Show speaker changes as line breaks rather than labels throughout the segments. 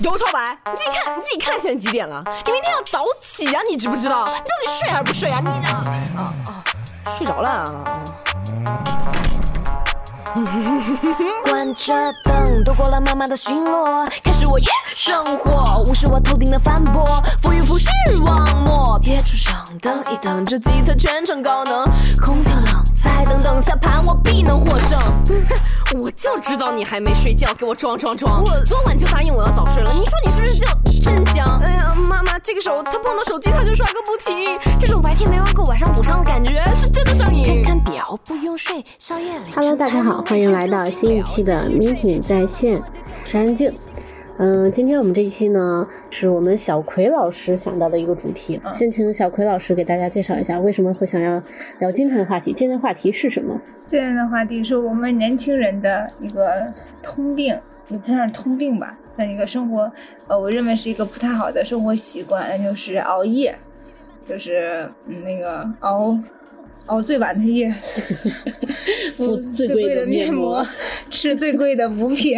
有超白，你自己看，你自己看现在几点了？你明天要早起啊，你知不知道？你到底睡还是不睡啊？你啊啊啊！睡着了啊。
关着灯，躲过了妈妈的巡逻，开始我夜生活，无视我头顶的反驳，浮云浮世望漠，别出声，等一等，这吉他全程高能，空调冷，再等等，下盘我必能获胜。
我就知道你还没睡觉，给我装装装！我昨晚就答应我要早睡了，你说你是不是就真香？ 哎呀，妈妈，这个手她碰到手机她就刷个不停，这种白天没玩够晚上补上的 感觉是真的上瘾。
看表，不用睡，宵夜里。
Hello，大家好，欢迎来到新一期的 Meeting 在线，我是安静。嗯，今天我们这一期呢，是我们小葵老师想到的一个主题，先请小葵老师给大家介绍一下为什么会想要聊今天的话题，今天的话题是什么？
这样的话题是我们年轻人的一个通病，也不算是通病吧，但一个生活，呃，我认为是一个不太好的生活习惯，那就是熬夜，就是嗯那个熬熬最晚的夜，敷
最
最
贵
贵
的
的
面
面膜
膜，
吃最贵的补品，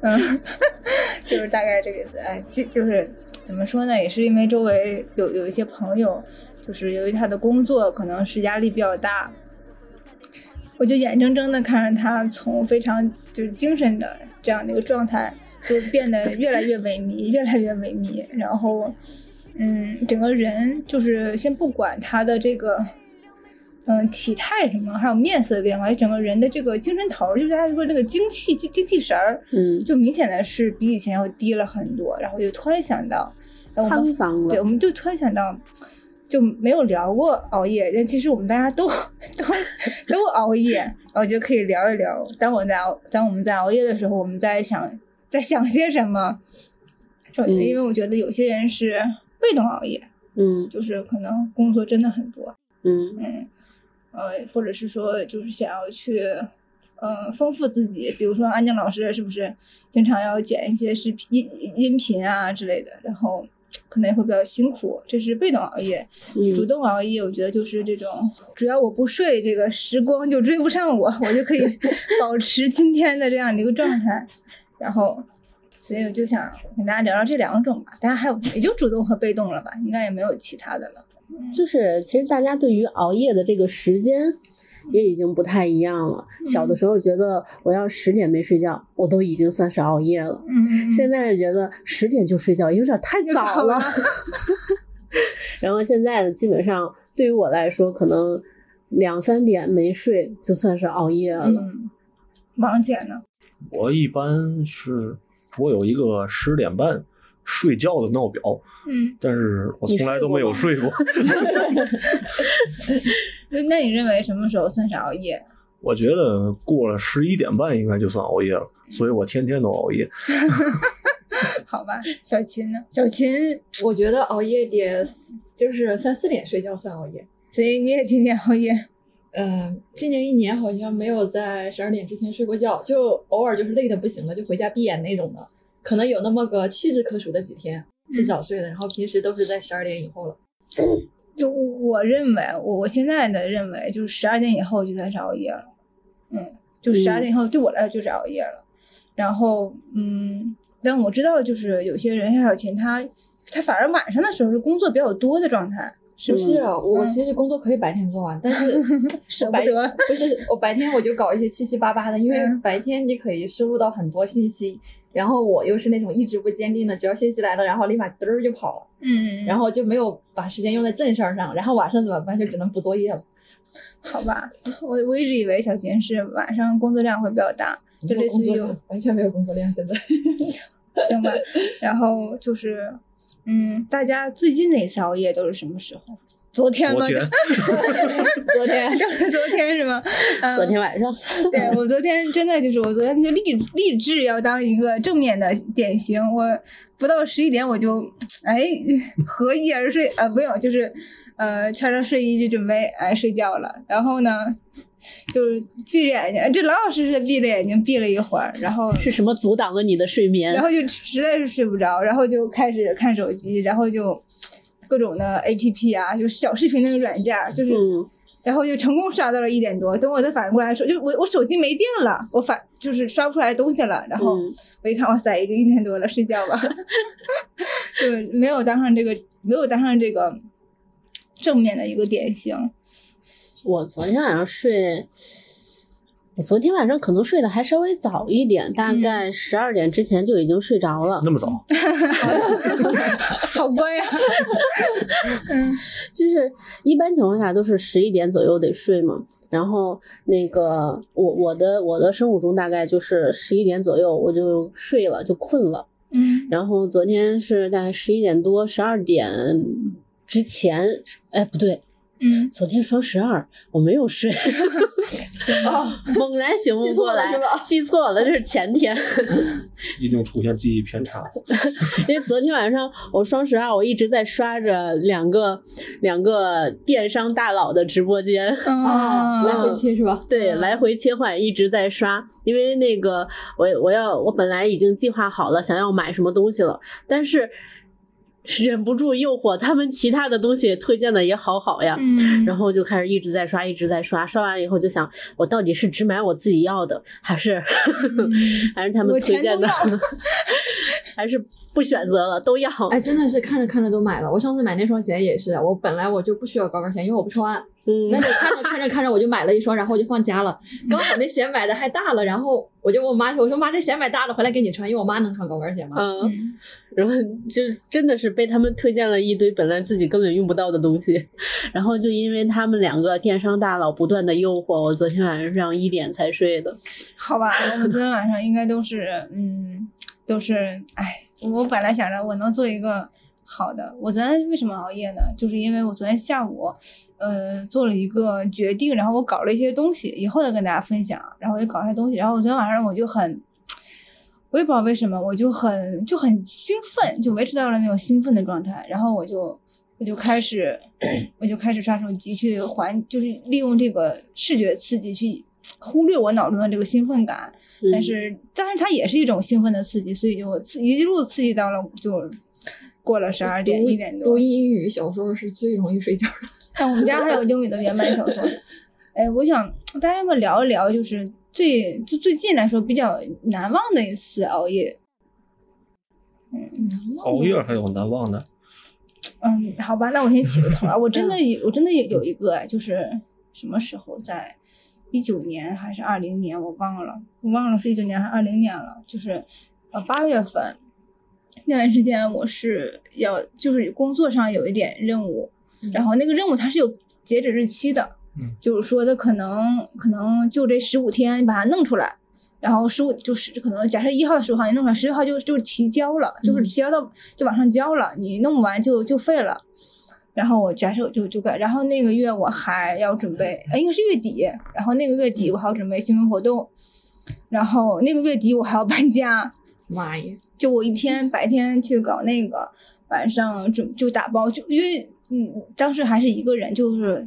嗯， 就是大概这个意思。哎，这就是怎么说呢，也是因为周围有有一些朋友，就是由于他的工作可能是压力比较大，我就眼睁睁的看着他从非常就是精神的这样的一个状态，就变得越来越萎靡，越来越萎靡。然后，嗯，整个人就是先不管他的这个，嗯，体态什么，还有面色的变化，整个人的这个精神头儿，就是大家说那个精气精精气神儿，
嗯，
就明显的是比以前要低了很多。然后就突然想到，呃我们
沧桑
对，
了，
我们就突然想到，就没有聊过熬夜，但其实我们大家都都都熬夜，然后就可以聊一聊。当我在熬，当我们在熬夜的时候，我们在想在想些什么？首先，
嗯
因为我觉得有些人是被动熬夜，
嗯
就是可能工作真的很多，
嗯
嗯，呃，或者是说就是想要去。嗯，丰富自己，比如说安静老师是不是经常要剪一些视频、音音频啊之类的，然后可能也会比较辛苦，这是被动熬夜。主
嗯，
动熬夜，我觉得就是这种，只要我不睡，这个时光就追不上我，我就 可以保持今天的这样的一个状态。然后，所以我就想跟大家聊聊这两种吧。大家还有也就主动和被动了吧，应该也没有其他的了。
就是其实大家对于熬夜的这个时间。也已经不太一样了。小的时候觉得我要十点没睡觉，我都已经算是熬夜了。
嗯
现在觉得十点就睡觉有点太早了。 然后现在呢，基本上对于我来说，可能两三点没睡就算是熬夜了。
嗯，王姐呢？
我一般是我有一个十点半睡觉的闹表，
嗯，
但是我从来都没有 睡过。
那那你认为什么时候算是熬夜？
我觉得过了十一点半应该就算熬夜了，所以我天天都熬夜。
好吧，小琴呢？小琴，
我觉得熬夜得四就是三四点睡觉算熬夜。
所以你也天天熬夜？
呃，今年一年好像没有在十二点之前睡过觉，就偶尔就是累的不行了，就回家闭眼那种的，可能有那么个屈指可数的几天
嗯
是早睡的，然后平时都是在十二点以后了。
就我认为，我我现在的认为就是十二点以后就算是熬夜了，嗯，就十二点以后对我来说就是熬夜了。然后，嗯，但我知道就是有些人像小琴，她她反而晚上的时候是工作比较多的状态，是嗯
不
不是？
是，啊我其实工作可以白天做完，但是
舍不
白
得。
不是，我白天我就搞一些七七八八的，因为
嗯
白天你可以摄入到很多信息，然后我又是那种意志不坚定的，只要信息来了，然后立马嘚儿就跑了。
嗯，
然后就没有把时间用在正事儿上，然后晚上怎么办？就只能补作业了。
好吧，我我一直以为小琴是晚上工作量会比较大，就类
没有
似
工作
于
量完全没有工作量， 现在
行吧。然后就是，嗯，大家最近的一次熬夜都是什么时候？昨天吗？
昨 天
昨天
就是昨天是吗？ 嗯，
昨天晚上，
对我昨天真的就是，我昨天就立立志要当一个正面的典型。我不到十一点我就哎 合衣而睡，呃，没有，就是呃穿上睡衣就准备哎睡觉了。然后呢，就是闭着眼睛，这老老实实的闭着眼睛闭了一会儿，然后
是什么阻挡了你的睡眠
然？后就实在是睡不着，然后就开始看手机，然后就各种的 A P P 啊，就是小视频那个软件儿，就是
嗯，
然后就成功刷到了一点多。等我再反应过来的时候，就我我手机没电了，我反就是刷不出来东西了。然后
嗯
我一看，哇塞，已经一点多了，睡觉吧。 就没有当上这个，没有当上这个正面的一个典型。
我昨天晚上睡，我昨天晚上可能睡得还稍微早一点，大
嗯
概十二点之前就已经睡着了。
那么早，
好乖啊呀、
就是一般情况下都是十一点左右得睡嘛。然后那个我我的我的生物钟大概就是十一点左右我就睡了，就困了。
嗯
然后昨天是大概十一点多十二点之前，哎不对，
嗯，
昨天双十二我没有 睡，
啊，
猛然醒悟
记错
过
了
来
是吧，
记错了，这是前 天。
一定出现记忆偏差。
因为昨天晚上我双十二，我一直在刷着两个两个电商大佬的直播间，
啊，来
嗯
回切是吧？
对，来回切换，一直在刷。因为那个我我要我本来已经计划好了想要买什么东西了，但是忍不住诱惑，他们其他的东西推荐的也好好呀。
嗯
然后就开始一直在刷，一直在刷，刷完以后就想，我到底是只买我自己要的，还是、 还是他们
嗯我
推
全
荐
都
的
要，
还是不选择了，都要。
哎，真的是看着看着都买了。我上次买那双鞋也是，我本来我就不需要高跟鞋，因为我不穿。
嗯，
但是看着看着看着，我就买了一双，然后我就放家了。刚好那鞋买的还大了，然后我就问我妈说：“我说妈，这鞋买大了，回来给你穿，因为我妈能穿高跟鞋嘛。
嗯，然后就真的是被他们推荐了一堆本来自己根本用不到的东西，然后就因为他们两个电商大佬不断的诱惑，我昨天晚上一点才睡的。
好吧，我们昨天晚上应该都是，嗯，都是，哎，我本来想着我能做一个好的。我昨天为什么熬夜呢？就是因为我昨天下午，呃，做了一个决定，然后我搞了一些东西，以后再跟大家分享。然后我就搞了一些东西，然后我昨天晚上我就很，我也不知道为什么，我就很就很兴奋，就维持到了那种兴奋的状态。然后我就我就开始我就开始刷手机去还，就是利用这个视觉刺激去忽略我脑中的这个兴奋感。
嗯
但是，但是它也是一种兴奋的刺激，所以就刺一路刺激到了就过了十二点
读
一点
读
多。
英语小时候是最容易睡觉的。
哎，我们家还有英语的原版小说。哎，我想大家要不要聊一聊，就是最就最近来说比较难忘的一次熬夜。
嗯
熬夜还有难忘的，
嗯，好吧，那我先起个头啊。我真的有，我真的有有一个，哎就是什么时候，在一九年还是二零年，我忘了，我忘了是一九年还是二零年了。就是呃八月份那段时间，我是要就是工作上有一点任务，然后那个任务它是有截止日期的，
嗯
就是说它可能可能就这十五天你把它弄出来，然后十五就是可能假设一号的时候好像弄出来，十六号就就是提交了，就是
嗯
提交到就往上交了，你弄不完就就废了。然后我假设我就就改，然后那个月我还要准备，哎，应该是月底，然后那个月底我还要准备新闻活动，然后那个月底我还要搬家，
妈呀！
就我一天白天去搞那个，晚上准就打包，就因为嗯当时还是一个人，就是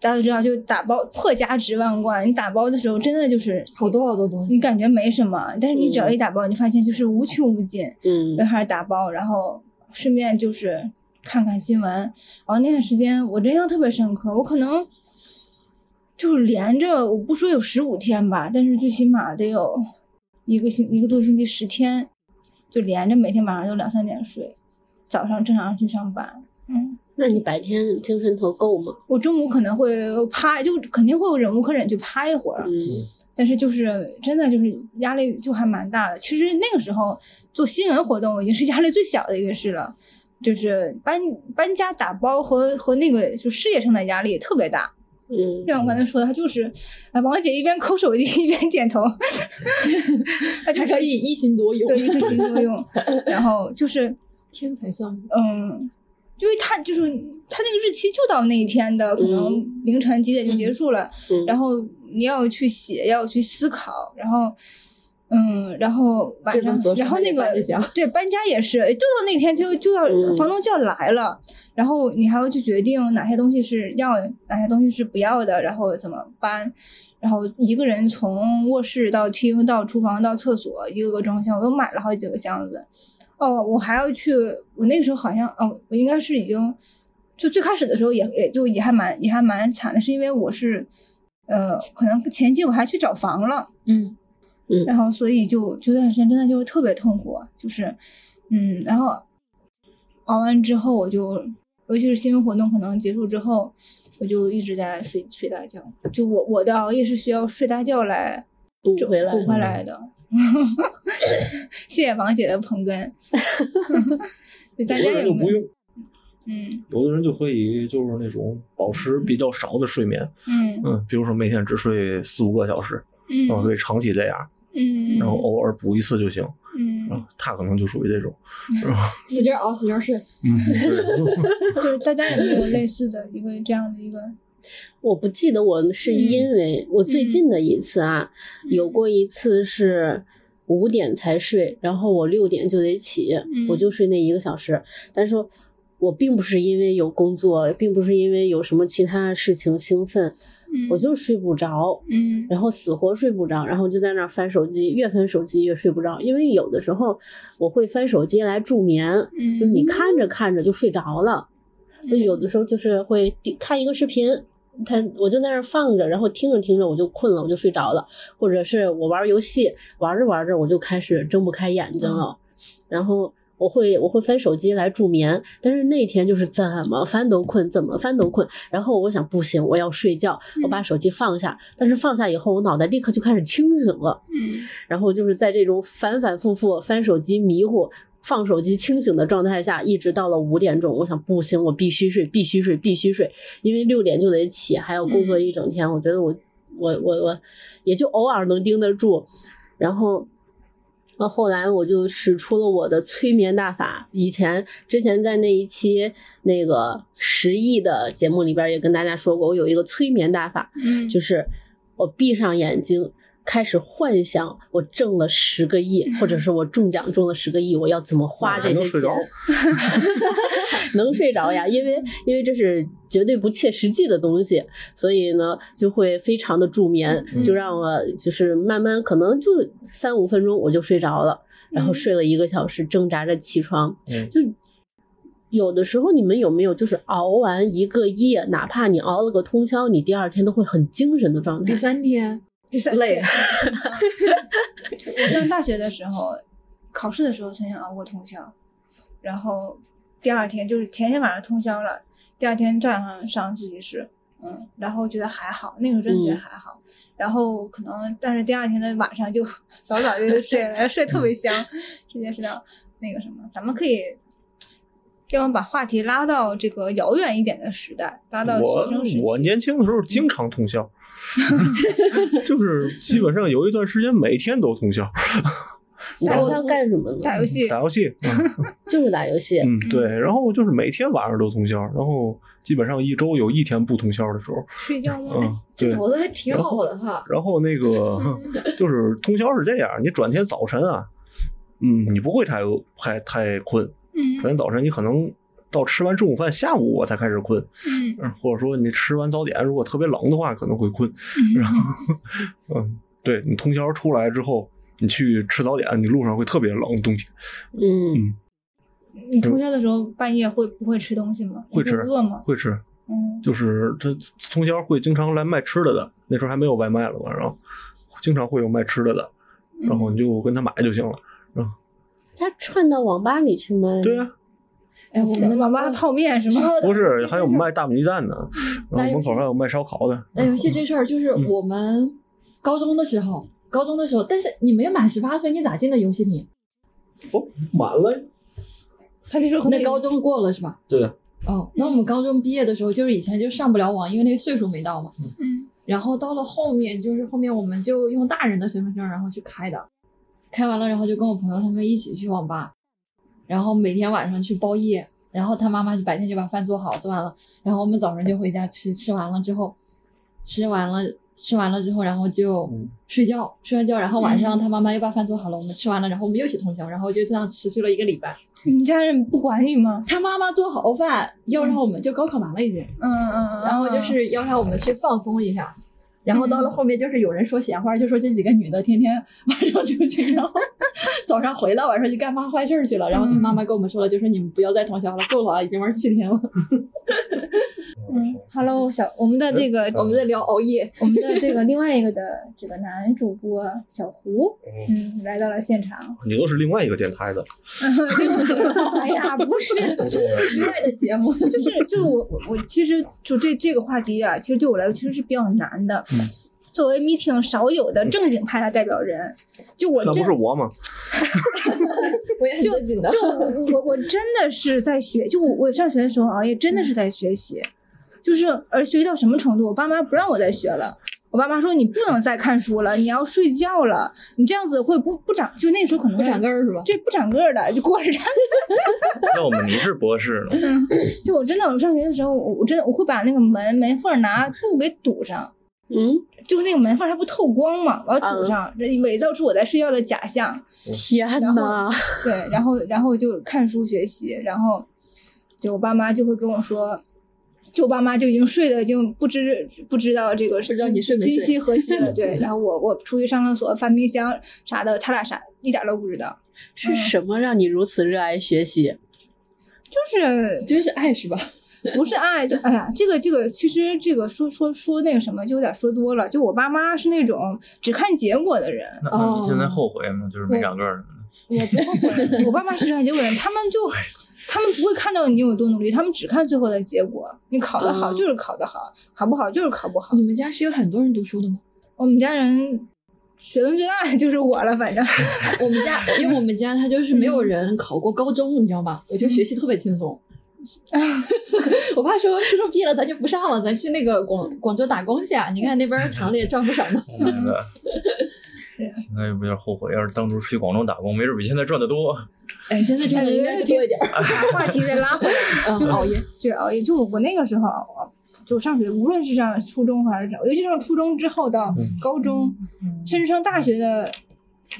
大家都知道，就打包破家值万贯。你打包的时候真的就是
好多好多东西
你感觉没什么，但是你只要
嗯
一打包，你就发现就是无穷无尽。
嗯
就开始打包，然后顺便就是看看新闻。然后那段时间我印象特别深刻，我可能就是连着，我不说有十五天吧，但是最起码得有一个星一个多星期十天，就连着每天晚上都两三点睡，早上正常去上班。嗯，
那你白天精神头够吗？
我中午可能会趴，就肯定会有忍无可忍去趴一会儿。
嗯
但是就是真的就是压力就还蛮大的。其实那个时候做新闻活动已经是压力最小的一个事了，就是搬搬家打包和和那个就事业上的压力也特别大。
嗯
就，像我刚才说的，他就是，啊，王姐一边抠手机一边点头，他就
还可
是
以一心多用，
对一个新作用，然后就是
天才项目。
嗯，因为他就是他那个日期就到那一天的，可能
嗯
凌晨几点就结束了，
嗯
然后你要去写，要去思考，然后。嗯，然后晚
这不
上
是昨，天
然后那个
搬着家
对搬家也是，就到那天就就要、
嗯
房东就要来了，然后你还要去决定哪些东西是要，哪些东西是不要的，然后怎么搬，然后一个人从卧室到厅到厨房到厕所一个个装箱，我又买了好几个箱子，哦，我还要去，我那个时候好像哦，我应该是已经就最开始的时候也也就也还蛮也还蛮惨的，是因为我是，呃，可能前期我还去找房了，
嗯
嗯
然后所以就就那段时间真的就是特别痛苦，啊就是，嗯，然后熬完之后我就，尤其是新闻活动可能结束之后，我就一直在睡睡大觉，就我我的熬夜是需要睡大觉来
补
就
回来
嗯
补回来的。 谢谢王姐的捧 哏，对大
有
家
的人就
有没
不
有？
用，
嗯
有的人就可以就是那种保持比较少的睡眠，
嗯
嗯，比如说每天只睡四五个小时，
嗯
然后可以长期这样，
嗯，
哦然后偶尔补一次就行。
嗯，
啊，他可能就属于这种，
使劲儿熬，使劲儿睡，
嗯，
就
对，
是大家有没有类似的一个这样的一个，
我不记得我是因为我最近的一次啊，有
嗯
过一次是五点才睡，然后我六点就得起，我
嗯
就睡那一个小时。但是我并不是因为有工作，并不是因为有什么其他事情兴奋，
嗯
我就是睡不着，
嗯
然后死活睡不着，然后就在那儿翻手机，越翻手机越睡不着。因为有的时候我会翻手机来助眠，
嗯，
就是你看着看着就睡着了。就有的时候就是会盯看一个视频，他我就在那儿放着，然后听着听着我就困了，我就睡着了，或者是我玩游戏玩着玩着我就开始睁不开眼睛了，然后我会我会翻手机来助眠，但是那天就是怎么翻都困，怎么翻都困，然后我想不行，我要睡觉，我把手机放下，但是放下以后我脑袋立刻就开始清醒了。
嗯
然后就是在这种反反复复翻手机迷糊、放手机清醒的状态下，一直到了五点钟，我想不行，我必须睡，必须睡，必须睡，因为六点就得起，还要工作一整天，我觉得我我我我也就偶尔能盯得住，然后。呃，后来我就使出了我的催眠大法。以前之前在那一期那个十亿的节目里边也跟大家说过，我有一个催眠大法，
嗯
就是我闭上眼睛，开始幻想我挣了十个亿，或者是我中奖中了十个亿，我要怎么花这
还能
些
睡
钱？
着
能睡着呀，因为因为这是绝对不切实际的东西，所以呢就会非常的助眠，
嗯
就让我就是慢慢可能就三五分钟我就睡着了，然
嗯
后睡了一个小时，挣扎着起床，
嗯
就。有的时候，你们有没有就是熬完一个夜，哪怕你熬了个通宵，你第二天都会很精神的状态
第？三天
第三
累
哎对我上大学的时候，考试的时候曾经熬过通宵，然后第二天就是前天晚上通宵了，第二天照样上自习室，嗯，然后觉得还好，那个时候真的觉得
嗯
还好，然后可能但是第二天的晚上就 早早就睡了，睡特别香，
嗯
直接睡到那个什么，咱们可以。要么把话题拉到这个遥远一点的时代，拉到学生时期。
我我年轻的时候经常 通宵，就是基本上有一段时间每天都通宵，
你
打
打
游
算
戏
干什么呢？
打游戏，
打游戏，嗯
就是打游戏。
嗯，对，然后就是每天晚上都通宵，然后基本上一周有一天不通宵的时候，
睡觉吗？
嗯，对。
脑子还挺好的哈。
然后那个
嗯
就是通宵是这样，你转天早晨啊，嗯，你不会太饿太太困，
嗯
转天早晨你可能到吃完中午饭，下午我才开始困，
嗯
嗯，或者说你吃完早点，如果特别冷的话，可能会困。然后， 嗯，对你通宵出来之后，你去吃早点，你路上会特别冷，冬天
嗯，
你通宵的时候半夜会不会吃东西吗？
会吃
饿吗？
会吃。
嗯
就是这通宵会经常来卖吃的的，那时候还没有外卖了嘛，然后经常会有卖吃的的，然后你就跟他买就行了。
他串到网吧里去吗？
对啊，
哎，我们的
网吧泡面是吗？
不是还有卖大米鸡蛋的，然
打
后
游
门
戏
口还有卖烧烤的。
打游戏这事儿，就是
嗯
我们高中的时候，高中的时候，但是你没满十八岁，你咋进的游戏厅？
哦，满了。
他那时候可
那
能
高中过了是吧？
对啊，
哦，那我们高中毕业的时候，就是以前就上不了网，因为那个岁数没到嘛。
嗯。
然后到了后面，就是后面我们就用大人的身份证，然后去开的，开完了，然后就跟我朋友他们一起去网吧，然后每天晚上去包夜，然后他妈妈就白天就把饭做好做完了，然后我们早上就回家吃，吃完了之后，吃完了吃完了之后，然后就
嗯
睡觉，睡完觉，然后晚上他妈妈又把饭做好了，我们吃完了，然后我们又去通宵，然后就这样持续了一个礼拜。
你家人不管你吗？
他妈妈做好饭，要让我们就高考完了已经，
嗯嗯嗯。
然后就是要让我们去放松一下。然后到了后面，就是有人说闲话，就说这几个女的天天晚上出去，然后早上回来，晚
嗯
上就干嘛坏事儿去了。然后他妈妈跟我们说了，就说你们不要再通宵了，够了啊，已经玩七天了。
嗯，Hello，小我们的这个
我们在聊熬夜，
我们的这个另外一个的这个男主播小胡，嗯，来到了现 场。
你都是另外一个电台的，
哎呀，不是，
另外的节目
就是就我我我其实就这这个话题啊，其实对我来说其实是比较难的。
嗯
作为 meeting 少有的正经派的代表人，就我
那
真
不是我吗？
我也很
就
正经的。
就我我我真的是在学，就我我上学的时候熬夜真的是在学习，就是而学习到什么程度，我爸妈不让我再学了。我爸妈说你不能再看书了，你要睡觉了，你这样子会不不长，就那时候可能
不长个儿是吧？
这不长个儿的，就果然，
那我们你是博士了，
就我真的我上学的时候，我我真的我会把那个门门缝儿拿布给堵上，
嗯，
就是那个门缝儿它不透光嘛，我要
嗯
堵上，伪造出我在睡觉的假象。
天
然
哪
后！对，然后然后就看书学习，然后就我爸妈就会跟我说，就我爸妈就已经睡的已经不知不知道这个不
知道你睡没
今
睡
夕何夕了， 对，然后我我出去上厕所翻冰箱啥的，他俩啥一点都不知道，
是什么让你如此热爱学习？
就是
真是爱是吧？
不是爱就哎呀，这个这个其实这个说说说那个什么就有点说多了，就我爸妈是那种只看结果的人，
那那你现在后悔吗？就是没长个儿。
我不会，我爸妈是这样结果人，他们就他们不会看到你有多努力，他们只看最后的结果。你考得好
嗯
就是考得好，考不好就是考不好
你。们家是有很多人读书的吗？
我们家人学问最大的就是我了，反正
我们家，因为我们家他就是没有
嗯
人考过高中，你知道吗？我觉得学习特别 轻松。我爸说初中毕业了，咱就不上了，咱去那个广广州打工去啊！你看那边儿厂里也赚不少呢。
现在
啊
现在有点后悔，要是当初去广州打工，没准比现在赚的多。
哎，现在赚的应该更多一点儿。
把话题再拉回来，
嗯，熬夜。
就是熬夜。就我那个时候，啊就上学，无论是上初中还是上，尤其上初中之后到高中，甚至上大学的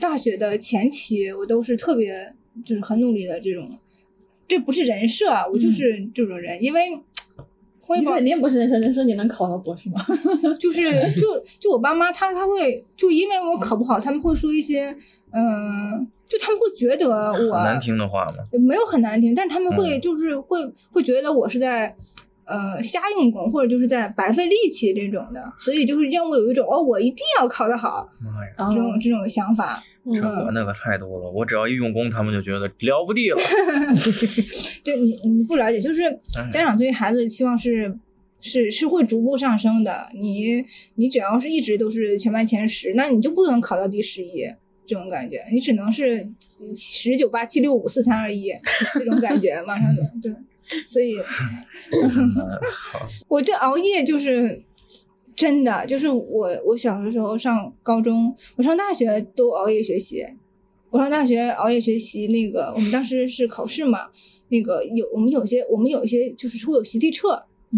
大学的前期，我都是特别就是很努力的这种。这不是人设啊，我就是这种人，因为我也
你
不知道
肯定不是人生，人生你能考到博士吗？
就是就就我爸妈他他会就因为我考不好，他们会说一些嗯、就他们会觉得
很
我
难听的嗯话嘛，
没有很难听，但是他们会就是会、会觉得我是在。呃，瞎用功或者就是在白费力气这种的，所以就是让我有一种哦，我一定要考得好
妈
哦
呀！
这种这种想法。
这
嗯
我那可太多了，我只要一用功，他们就觉得了不 地了。
对你你不了解，就是
哎
家长对孩子的期望是是是会逐步上升的。你你只要是一直都是全班前十，那你就不能考到第十一这种感觉，你只能是十九八七六五四三二一这种感觉往上走。对，所以 我这熬夜就是真的，就是我我小的时候上高中，我上大学都熬夜学习。我上大学熬夜学习，那个我们当时是考试嘛，那个有我们有些我们有一些就是会有习题册，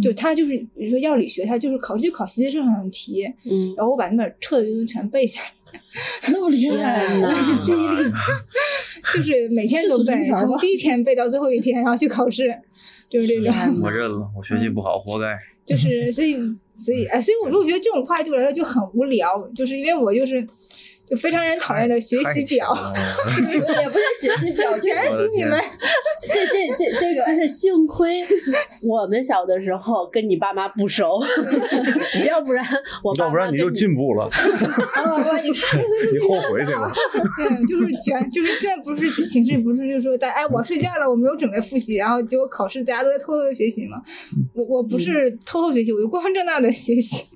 就
嗯
他就是比如说药理学，他就是考试就考习题册上的题，
嗯，
然后我把那本册子就全背下来，
那么厉害
天哪！
记忆力
就是每天都背
是组织条，
从
吗
第一天背到最后一天，然后去考试，就是这种，
啊
我认了，我学习不好，活该。
就是所以所以哎，所以我说我觉得这种话对我来说就很无聊，就是因为我就是就非常人讨厌的学习表，
也不是学习表，
卷死你们！
这这这这个，就是幸亏我们小的时候跟你爸妈不 熟，要不然我爸
要不然
妈
你
跟
就进步 了，
啊！你看，
你后悔去了。
对，嗯就是卷，就是现在不是寝室不是就说大家哎我睡觉了，我没有准备复习，然后结果考试大家都在偷偷地学习嘛，我我不是偷偷学习，我就光明正大的学习，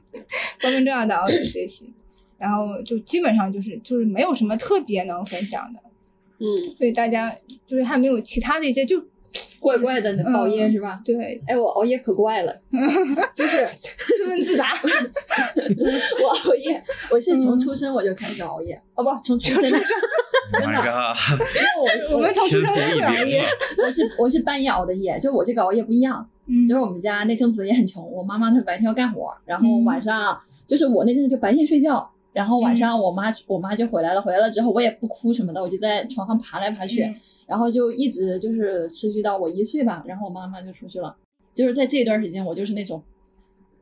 光明正大的熬夜学习，然后就基本上就是就是没有什么特别能分享的，
嗯，
所以大家就是还没有其他的一些就
怪怪的，你
嗯
熬夜是吧？
对
哎，我熬夜可怪了， 就是
自问自 答，
我熬夜，我是
嗯
从出生我就开始熬夜，哦不，从出生，
My God，
因为
我
我
们从出
天
生
赋
就 会熬
异禀
夜
啊，！
我是我是半夜熬的夜，就我这个熬夜不一样，
嗯
就是我们家那阵子也很穷，我妈妈她白天要干活，然
嗯
后晚上就是我那阵子就白天睡觉。然后晚上我妈我妈就回来了，回来了之后我也不哭什么的，我就在床上爬来爬去，
嗯
然后就一直就是持续到我一岁吧，然后我妈妈就出去了。就是在这段时间，我就是那种，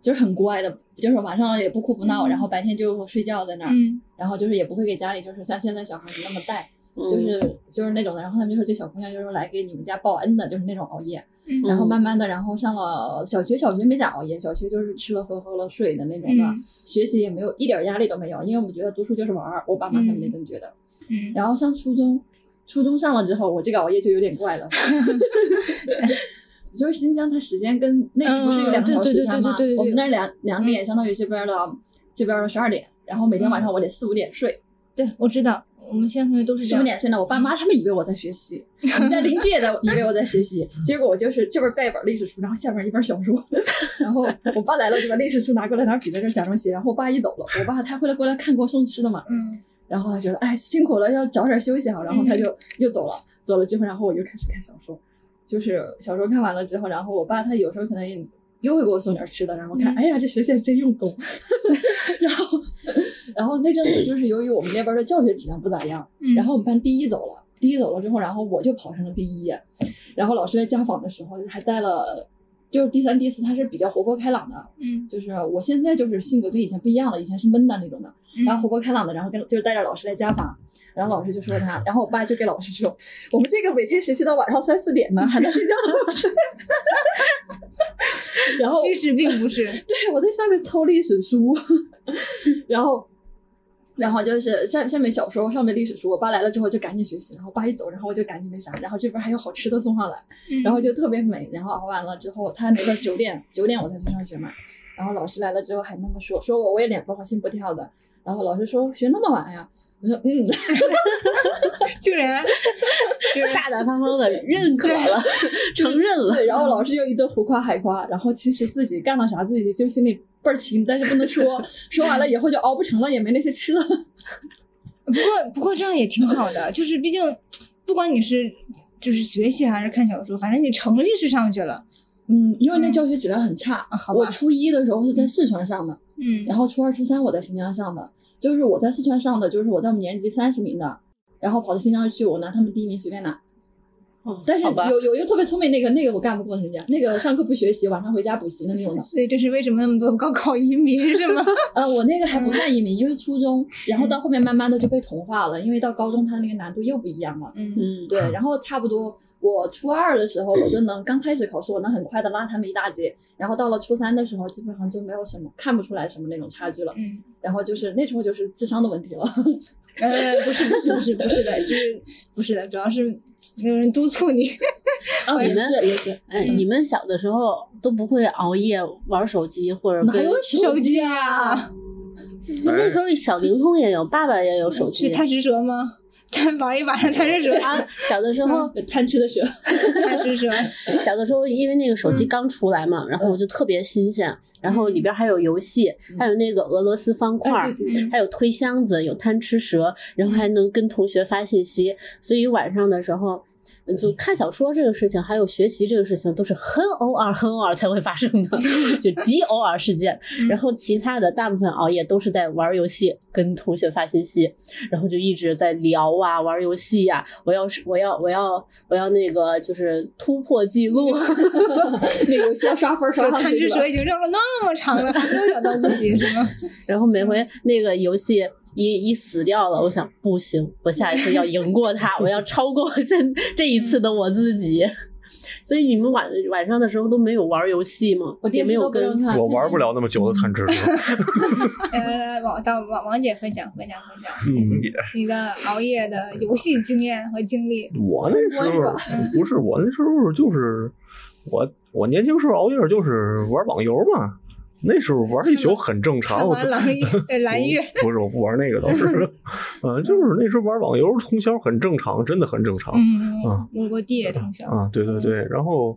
就是很乖的，就是晚上也不哭不闹，
嗯
然后白天就睡觉在那儿，
嗯
然后就是也不会给家里就是像现在小孩儿那么带，
嗯
嗯
就是就是那种的。然后他们就说这小姑娘就是来给你们家报恩的，就是那种熬夜。
嗯
然后慢慢的，然后上了小学，小学没咋熬夜，小学就是吃了喝喝了睡的那种的，
嗯
学习也没有一点压力都没有，因为我们觉得读书就是玩儿，我爸妈他们那阵觉得。
嗯
然后上初中，初中上了之后，我这个熬夜就有点怪 了。 就是新疆，它时间跟内地不是有两个小时时差吗？
嗯对对对对对对嗯对
我们那儿两两点，相当于这边的这边的十二点，然后每天
嗯
晚上我得四五点睡，
对，我知道，我们现在同学都是
四
这
五
样。
点睡呢。我爸妈他们以为我在学 习，我们家邻居也在以为我在学习，结果我就是这边盖一本历史书，然后下边一本小说， 然后我爸来了，我就把历史书拿过来，拿笔在这儿假装写，然后我爸一走了，我爸他回来过来看给我送吃的嘛，
嗯，
然后他觉得哎辛苦了，要早点休息好，然后他就又走了，走了之后，然后我就开始看小说，就是小说看完了之后，然后我爸他有时候可能也又会给我送点吃的，然后看，
嗯
哎呀这学姐真用 功， 然后然后那阵子就是由于我们那边的教学质量不咋样，
嗯
然后我们班第一走了，第一走了之后，然后我就跑上了第一，然后老师来家访的时候还带了。就是第三、第四，他是比较活泼开朗的，
嗯，
就是我现在就是性格跟以前不一样了，以前是闷的那种的，
嗯
然后活泼开朗的，然后跟就是带着老师来家访，然后老师就说他，然后我爸就给老师说， 我们这个每天学习到晚上三四点呢，还能睡觉都不睡。 然后
其实并不是，
对我在下面抽历史书， 然后。然后就是下下面小说，上面历史书。我爸来了之后就赶紧学习，然后我爸一走，然后我就赶紧那啥，然后这边还有好吃的送上来，然后就特别美。然后熬完了之后，他那边九点九点我才去上学嘛，然后老师来了之后还那么说，说我我也脸不好心不跳的。然后老师说学那么晚呀，我说嗯，
竟 然就是
大大方方的认可了，承认了。
对。然后老师又一顿胡夸海夸，然后其实自己干了啥自己就心里倍儿勤，但是不能说，说完了以后就熬不成了，也没那些吃的。
不过不过这样也挺好的， 就是毕竟不管你是就是学习还是看小说，反正你成绩是上去了，
嗯，因为那
嗯
教学质量很差。
啊好吧
我初一的时候是在四川上的，
嗯
然后初二、初三我在新疆上的，就是我在四川上的，就是我在我们年级三十名的，然后跑到新疆去，我拿他们第一名随便拿。但是
好吧
有有一个特别聪明那个那个我干不过人家，那个上课不学习，晚上回家补习的那种的。
所以这嗯是为什么那么多高考移民是吗？
呃，我那
嗯
个还不算移民，因为初中，然后到后面慢慢的就被同化了，因为到高中它那个难度又不一样了。
嗯
嗯，
对，然后差不多我初二的时候，我就能刚开始考试，我能很快的拉他们一大截。然后到了初三的时候，基本上就没有什么看不出来什么那种差距了。
嗯，
然后就是那时候就是智商的问题了。
哦
呃，不是不是不是不是的，就是不是的，主要是没有人督促你，
哦，你
也
们
是也是，
哎，你们小的时候都不会熬夜玩手机，或者
哪
跟
有
手
机
机啊，
哎
那时候小灵通也有，爸爸也有手
是
机。
贪吃蛇吗？贪玩一晚上贪吃蛇，
啊，小的时候，
贪吃的学？
贪吃 蛇，
小的时候，因为那个手
嗯
机刚出来嘛，然后
嗯
我就特别新鲜，然后里边还有游戏，还有那个俄罗斯方块，
哎，对对对，
还有推箱子，有贪吃蛇，然后还能跟同学发信息，所以晚上的时候。嗯就看小说这个事情，还有学习这个事情，都是很偶尔、很偶尔才会发生的， 就极偶尔事件。
嗯
然后其他的大部分熬夜都是在玩儿游戏，跟同学发信息，然后就一直在聊啊，玩儿游戏呀、我要是我要我要我要那个就是突破记录，
那个游戏要刷分儿刷
就
上
贪
去
吃
是吧
蛇已经绕了那么长了，还没有找到自己是吗？
然后每
嗯
回那个游戏一一死掉了，我想不行，我下一次要赢过他，我要超过 现这一次的我自己。 所以你们晚晚上的时候都没有玩游戏吗？
我
也
电
没
视
有
都不
跟
用看，
哎我玩不了那么久的贪吃 蛇。
来来来，王到王王姐分享分享分享
嗯，姐，
你的熬夜的游戏经验和经历。
我那时候不是我那时候就是我我年轻时候熬夜就是玩网游嘛，那时候玩一宿很正
看
常。
完狼一呃蓝月，
不是我不玩那个倒 是， 嗯，就是那时候玩网游通宵很正常，真的很正常。
嗯
啊，
我我弟也通宵，
啊，对对对，然后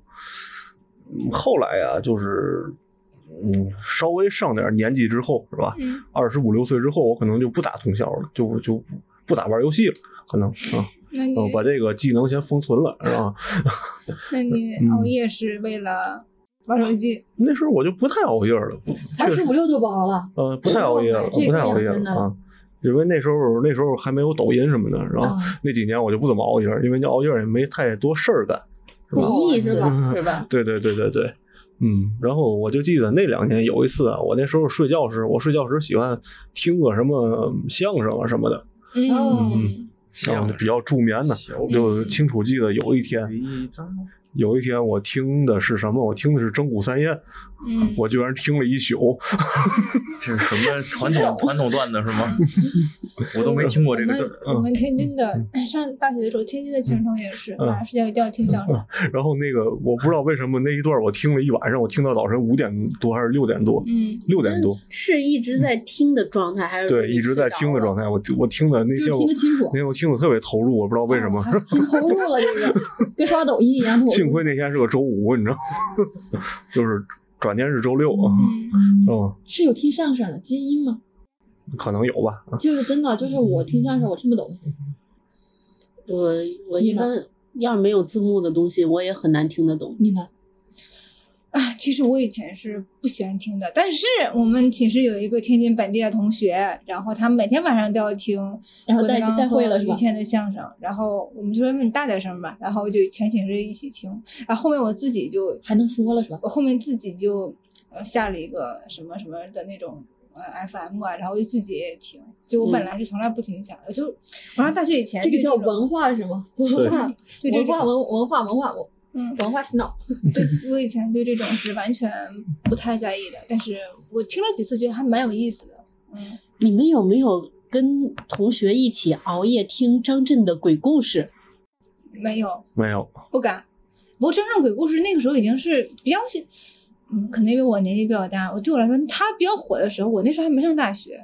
嗯后来啊，就是嗯，稍微上点年纪之后，是吧？
嗯
二十五六岁之后，我可能就不打通宵了，就就不咋玩游戏了，可能啊，
嗯那你
我把这个技能先封存了，是吧？
那你熬夜是为了玩手机？
那时候我就不太熬夜了，不
二
确
十
实，
五六都不熬了。
呃，不太熬夜了，
这个
不太
养
熬夜
真的
了啊。因为那时候那时候还没有抖音什么的，然后
啊
那几年我就不怎么熬夜，因为那熬夜也没太多事儿干，是吧？
没意思
嗯
是 吧？
对对对对对，嗯，然后我就记得那两年有一次啊，我那时候睡觉时，我睡觉时喜欢听个什么相声啊什么的，
嗯
哦
嗯，
这
嗯
样的
比较助眠的
小，
就清楚记得有一天，
一张
有一天我听的是什么？我听的是《蒸古三宴》，
嗯，
我居然听了一宿。
这是什么传统传统段子是吗？我都没听过这个字儿。
嗯
我们我们天津的上大学的时候，天津的青城也是，
嗯
晚上睡觉一定要听相声。
然后那个我不知道为什么那一段我听了一晚上，我听到早晨五点多还是六点多，
嗯，
六点多，
是一直在听的状态，还是
对，一直在听的状
态，
态。我我听的那些
就是
我
听得啊清楚
那，天我听的特别投入，我不知道为什么。
挺投入了这个，跟刷抖音一样投入。
幸亏那天是个周五，你知道吗， 就是转天是周六啊，嗯，
是有听相声的基因吗？
可能有吧。
就是真的，就是我听相声我听不懂，
我我
你
一
呢
般要是没有字幕的东西，我也很难听得懂。
你呢？
啊，其实我以前是不喜欢听的，但是我们寝室有一个天津本地的同学，然后他每天晚上都要听
然
郭
后
德
带
纲
带会
和
了是
于
吧？
谦的相声，然后我们就说你大点声吧，然后就全寝室一起听，然后后面我自己就
还能说了是吧？
我后面自己就呃下了一个什么什么的那种呃 FM 啊，然后就自己也听。就我本
嗯
来是从来不听相声，我就我上大学以前
这
对
个叫
种
文化是吗？文化，
对这
文
种
化文文化文化文
嗯，
文化洗脑。
对我以前对这种是完全不太在意的，但是我听了几次觉得还蛮有意思的。嗯，
你们有没有跟同学一起熬夜听张震的鬼故事？
没有
没有，
不敢。不过真正鬼故事那个时候已经是比较喜，嗯，可能因为我年龄比较大，我对我来说他比较火的时候，我那时候还没上大学，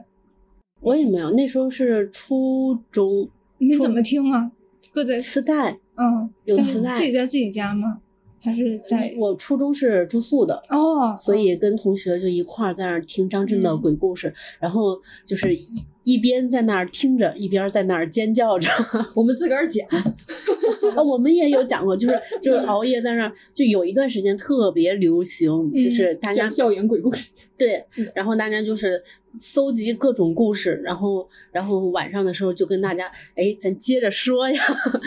我也没有，那时候是初中，
你怎么听啊？搁在
磁带。
嗯，
有
在
磁带
自己在自己家吗？还是在
我初中是住宿的，
哦？
嗯
所以跟同学就一块儿在那儿听张震的
嗯
鬼故事，然后就是一一边在那儿听着，一边在那儿尖叫着。
我们自个儿讲，
啊，我们也有讲过，就是就是熬夜在那儿，就有一段时间特别流行，就是大家
讲校园鬼故事。
对
嗯，
然后大家就是搜集各种故事，然后然后晚上的时候就跟大家，哎，咱接着说呀。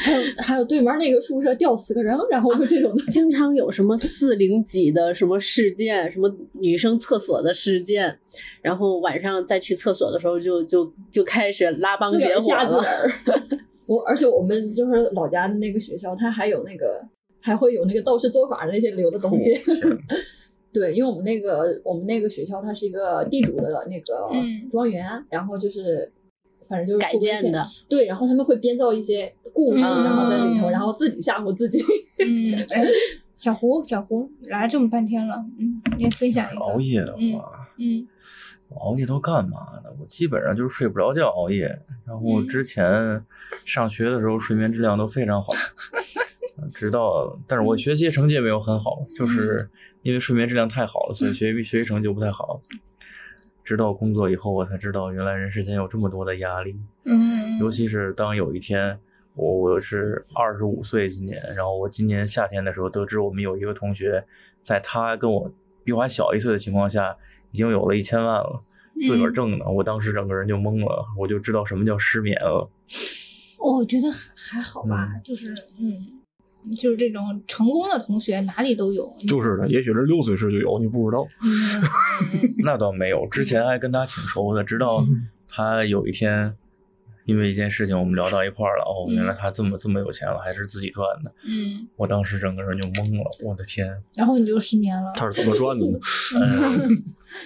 还有还有对门那个宿舍吊死个人，然后就这种的。
经常有什么四零几的什么事件，什么女生厕所的事件，然后晚上再去厕所的时候就就就开始拉帮
自个
结
儿
伙
吓自
了
个。儿。我而且我们就是老家的那个学校，它还有那个还会有那个道士做法的那些留的东西。 对，因为我们那个我们那个学校它是一个地主的那个
嗯
庄园，然后就是反正就是
改
出规
建
限
的，
对，然后他们会编造一些故事，
嗯
然后在里头，然后自己吓唬自己。
嗯，哎，小胡，小胡来了这么半天了，嗯，你也分享一个
熬，夜的话，
嗯
熬夜都干嘛呢？我基本上就是睡不着觉熬夜。然
嗯
后之前上学的时候睡眠质量都非常好，直到但是
嗯
我学习成绩也没有很好，就是因为睡眠质量太好了，所以学习学习成绩就不太好。直到工作以后，我才知道原来人世间有这么多的压力。
嗯，
尤其是当有一天我我是二十五岁今年，然后我今年夏天的时候得知我们有一个同学，在他跟我比我还小一岁的情况下，已经有了一千万了，自个儿挣的，我当时整个人就懵了，我就知道什么叫失眠了。
哦我觉得还还好吧，就是嗯，就是这种成功的同学哪里都有，
就是的，也许是六岁时就有，你不知道。
嗯
那倒没有，之前还跟他挺熟的，直到他有一天。因为一件事情，我们聊到一块儿了。哦，原来他这么这么有钱了，还是自己赚的。
嗯，
我当时整个人就懵了，我的天！
然后你就失眠了，嗯
他是怎么赚的呢？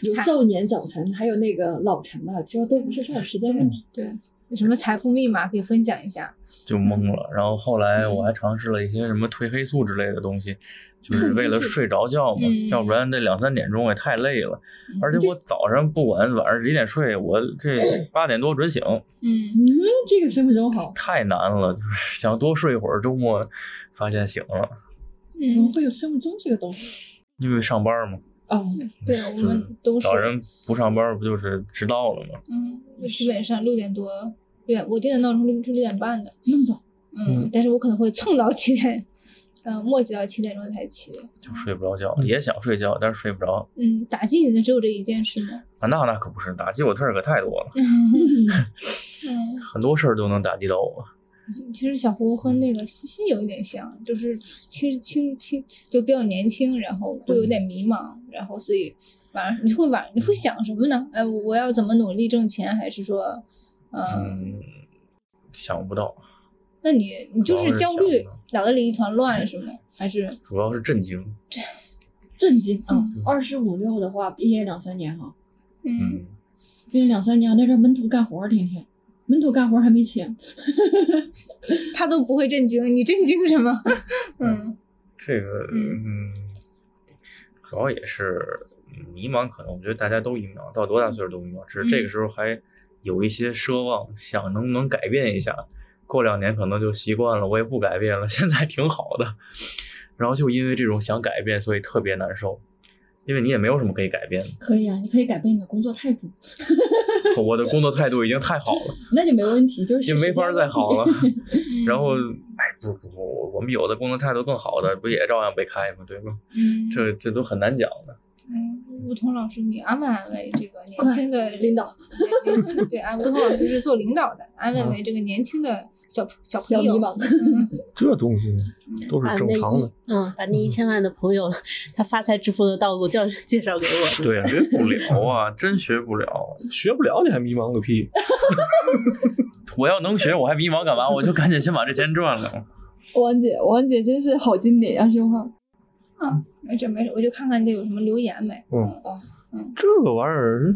有少年早晨，还有那个老晨的，其实都不是事儿，时
嗯
间问题。
对，有什么财富密码可以分享一下？
就懵了。然后后来我还
嗯
尝试了一些什么褪黑素之类的东西，就是为了睡着觉嘛，
嗯
要不然那两三点钟也太累了。
嗯
而且我早上不管晚上几点睡，我这八点多准醒，
嗯
嗯，这个生不生好？
太难了。就是 想多睡一会儿，周末发现醒了，
怎么
嗯，
会有生物钟这个东西？
因为上班嘛，
哦，
对，我们都是
早，晨不上班不就是迟到了吗？
嗯，我基本上六点多，对，我定的闹钟六是六点半的，
那么早，
嗯，但是我可能会蹭到七点，嗯，磨叽到七点钟才起。
就睡不着觉，也想睡觉，但是睡不着。
嗯，打击你的只有这一件事 吗？
啊，那那可不是，打击我的事儿可太多了，
嗯，
很多事儿都能打击到我。
其实小胡和
嗯
那个西西有一点像，就是其实轻轻就比较年轻，然后会有点迷茫，然后所以晚上你会晚你嗯会想什么呢？哎，我要怎么努力挣钱，还是说，呃，
嗯，想不到，
那你你就
主要
是
是
焦虑
想的，
脑袋里一团乱是吗？还是
主要是震惊。
震惊啊！二十五六的话，毕业两三年哈，
嗯
嗯，
毕业两三年，那阵儿闷头干活儿，天天闷头干活儿还没钱，
他都不会震惊，你震惊什么？嗯
这个嗯，主要也是嗯迷茫，可能我觉得大家都迷茫，到多大岁数都迷茫，只是这个时候还有一些奢望，想能不能改变一下。过两年可能就习惯了，我也不改变了， 现在挺好的。然后就因为这种想改变，所以特别难受，因为你也没有什么可以改变的。
可以啊，你可以改变你的工作态度，
我的工作态度已经太好了。
那就没问题，就是。
也没法儿再好了 然后，哎，不不不，我们有的工作态度更好的，不也照样被开吗？对吗？
嗯，
这这都很难讲的。
嗯，吴桐老师，你安慰安慰这个年
快
轻的
领导，
年年轻对啊，吴桐老师是做领导的，安慰
嗯
安慰这个年轻的小小
小
朋
迷
友。
茫。
这东西都
把
是正
啊那
常
一
的。
嗯，把那一千万的朋友他发财致富的道路介介绍给 我。
对呀、
学不了啊，真学不了。
学不了你还迷茫个屁！
我要能学，我还迷茫干嘛？我就赶紧先把这钱赚了。
王姐，王姐真是好经典呀，这话。
没事没事，我就看看这有什么留言没。
嗯
哦，
这个玩意儿，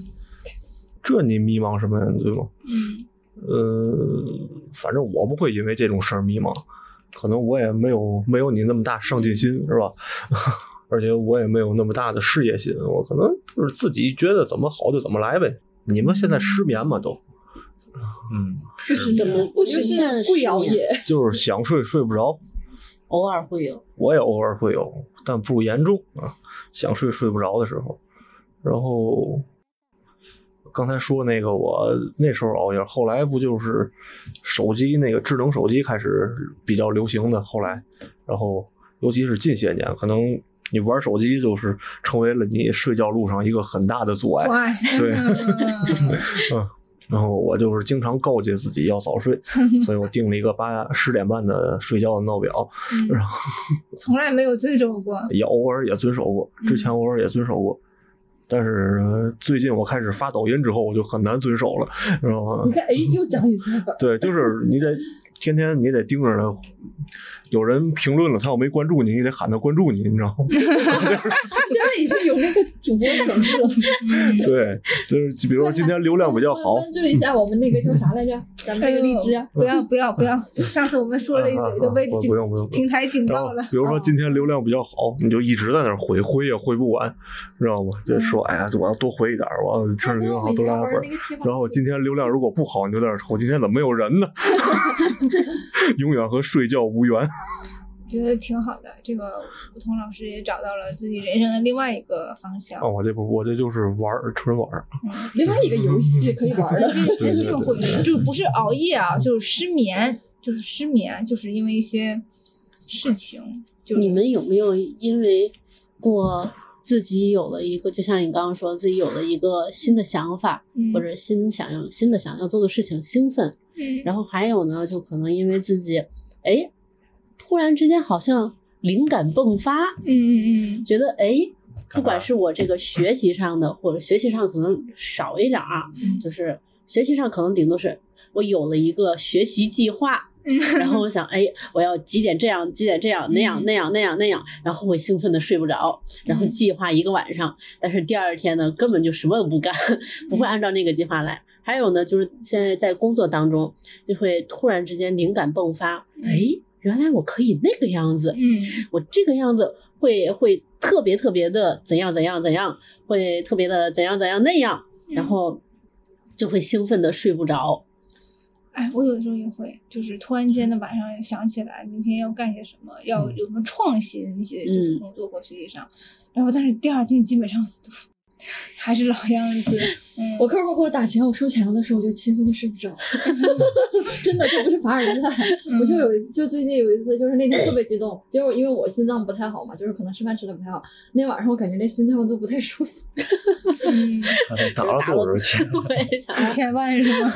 这你迷茫什么呀？对吗？
嗯
呃，反正我不会因为这种事儿迷茫，可能我也没有没有你那么大上进心，是吧？ 而且我也没有那么大的事业心，我可能就是自己觉得怎么好就怎么来呗。你们现在失眠吗？都
嗯，
不是
怎么
我就是不熬夜，
就是想睡睡不着，
偶尔会有，
我也偶尔会有，但不严重啊。想睡睡不着的时候，然后刚才说那个我那时候熬夜，后来不就是手机那个智能手机开始比较流行的，后来，然后尤其是近些年，可能你玩手机就是成为了你睡觉路上一个很大的阻 碍
阻。碍。
对，
嗯
然后我就是经常告诫自己要早睡，所以我定了一个八十点半的睡觉的闹表。然后
从来没有遵守 过。
也偶尔也遵守过，之前偶尔也遵守过，但是呃最近我开始发抖音之后，我就很难遵守了，知道吗
嗯
你？看，哎，又长一 千分儿。
对，就是你得天天你得盯着他，有人评论了他要没关注你，你得喊他关注你，你知道吗？
现在已经有那个主播潜质了。
对，就是比如说今天流量比较好， 啊
关注一下我我们那个叫啥来着？咱们
哎
那
呦
个荔枝啊，
不要不要不要！上次我们说了一
啊啊啊
句，都被
不
警
不用不用不用哦
平台警
然后
告了。
比如说今天流量比较好，你就一直在那儿回，回也回不完，知道吗？就说哎呀，我要多回一点儿，我要趁着流量好多拉
玩
一会儿
那。个贴吧
然后今天流量如果不好，你就在那儿瞅今天怎么没有人呢？ 永远和睡觉无缘。
觉得挺好的，这个吴桐老师也找到了自己人生的另外一个方向。
啊，我这不，我这就是玩儿，纯玩儿。
另外一个 游戏可以玩
那
的。
这那这个会是，就不是熬夜啊，就是失眠，就是失眠，就是因为一些事情，就是
你们有没有因为过自己有了一个，就像你刚刚说，自己有了一个新的想法，
嗯
或者新想要新的想要做的事情兴奋？
嗯
然后还有呢，就可能因为自己，哎，突然之间好像灵感迸发，
嗯嗯啊
觉得哎，
干
不管
嘛
是我这个学习上的，或者学习上可能少一点儿啊，
嗯
就是学习上可能顶多是我有了一个学习计划，
嗯
然后我想哎，我要几点这样，几点这样，那样
嗯
那样那样那样，然后我兴奋的睡不着，然后
嗯
计划一个晚上，但是第二天呢，根本就什么都不干，不
嗯
会按照那个计划来。还有呢，就是现在在工作当中，就会突然之间灵感迸发，
嗯
哎，原来我可以那个样子，
嗯
我这个样子会会特别特别的怎样怎样怎样，会特别的怎样怎样那样，
嗯
然后就会兴奋的睡不着。
哎，我有的时候也会，就是突然间的晚上想起来明天要干些什么，要有什么创新一些，就是
嗯
工作或学习上，然后但是第二天基本上都 还是老样子，嗯，
我客户给我打钱，我收钱了的时候，我就兴奋的睡不 着，真的，这不是凡尔赛。我就有一次，就最近有一次，就是那天特别激动，结果因为我心脏不太好嘛，就是可能吃饭吃的不太好，那天晚上我感觉那心脏都不太舒服，
嗯，
啊打了多少钱？
我也 想，
一千万是吗？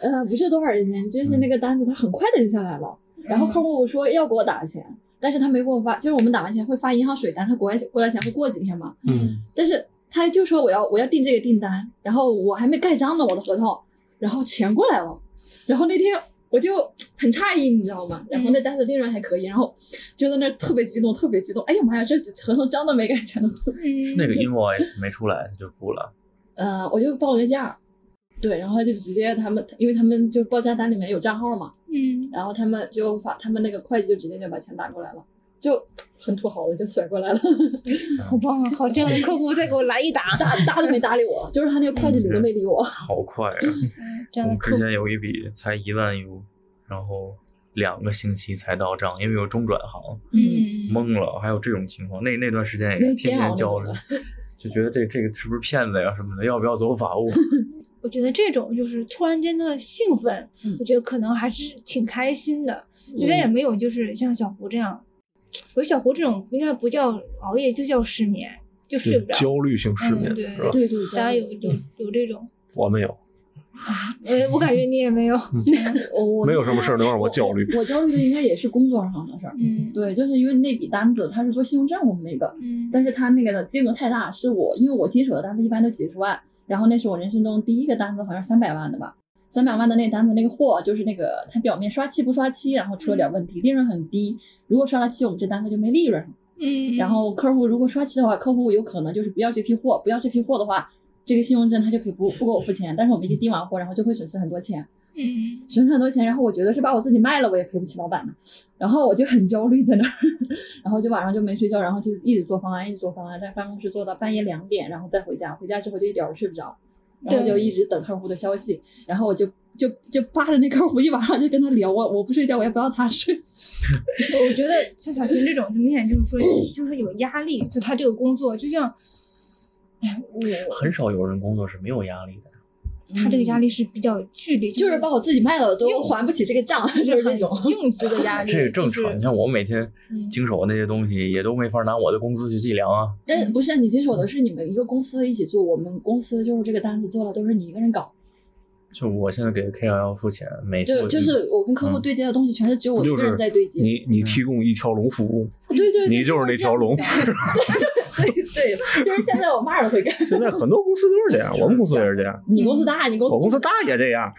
呃，不是多少钱，就是那个单子它很快的就下来了，然后客户说要给我打钱，但是他没给我发，就是我们打完钱会发银行水单，他过来过来钱会过几天嘛，
嗯，
但是他就说我要我要订这个订单，然后我还没盖章呢，我的合同，然后钱过来了，然后那天。我就很诧异，你知道吗？然后那单子利润还可以，然后就在那儿特别激动，特别激动。哎呀妈呀，这合同真的没给钱的。
嗯
那个 invoice 没出来，他就付了。
呃，我就报了个价，对，然后就直接他们，因为他们就报价单里面有账号嘛，
嗯，
然后他们就发，他们那个会计就直接就把钱打过来了，就很土豪的就甩过来了，
好棒啊！好，这样的客服再给我来一
啊
打。
打打都没搭理我，就是他那个会计理都没理我。
好快啊！
嗯这
我
样的
们
客
之
服
前有一笔才一万 U，然后两个星期才到账，因为有中转行，
嗯，
懵了，还有这种情况。那那段时间
没
也
煎
天
熬
天
那
焦
种
虑
了，
就觉得这这个是不是骗子呀什么的，要不要走法务？
我觉得这种就是突然间的兴奋，
嗯
我觉得可能还是挺开心的。今天也没有就是像小胡这样，我觉得小胡这种应该不叫熬夜，就叫失眠，就睡不着。
焦虑性失眠
嗯对
是吧？
对对，
大家有有
嗯
有这种，呃
我没有，
我我感觉你也没有。
我我
没有什么事儿能让我焦虑
我我焦虑的应该也是工作上的事儿。
嗯
对，就是因为那笔单子，他是说信用证我们那个，
嗯
但是他那个的金额太大，是我因为我接手的单子一般都几十万，然后那是我人生中第一个单子，好像三百万的吧。三百万的那单子，那个货就是那个，它表面刷漆不刷漆，然后出了点问题，利润很低。如果刷了漆，我们这单子就没利润。
嗯
然后客户如果刷漆的话，客户有可能就是不要这批货，不要这批货的话，这个信用证他就可以不不给我付钱，但是我们已经订完货，然后就会损失很多钱。
嗯
损失很多钱，然后我觉得是把我自己卖了，我也赔不起老板呢，然后我就很焦虑在那儿， 然后就晚上就没睡觉，然后就一直做方案，一直做方案，在办公室做到半夜两点，然后再回家，回家之后就一点儿都睡不着，然后
对
就一直等客户的消息，然后我就就就扒着那客户一晚上就跟他聊，我我不睡觉，我也不要他睡，
我觉得像小琴这种，就明显就是说，就是有压力，就她这个工作，就像，哎，我
很少有人工作是没有压力的。
她这个压力是比较剧烈，
嗯就是把我自己卖了都
又
还不起这个账，
就
就是是这种。
很应激的压力，
这个正常。你看我每天
嗯
经手那些东西，也都没法拿我的工资去计量啊。
但是不是你接手的是你们一个公司一起做，我们公司就是这个单子做了都是你一个人搞。
就我现在给 K 幺幺付钱，每
就
付
就是我跟客户
嗯
对接的东西，全是只有
不
我一
就
个人
是
在对接。
你你提供一条龙服务，
啊对对对，
你就是那条龙
对 对对，就是现在我妈都会干。
现在很多公司都是这样，我们公司也是这 样，
你公司大，你公司
我公司大也这样。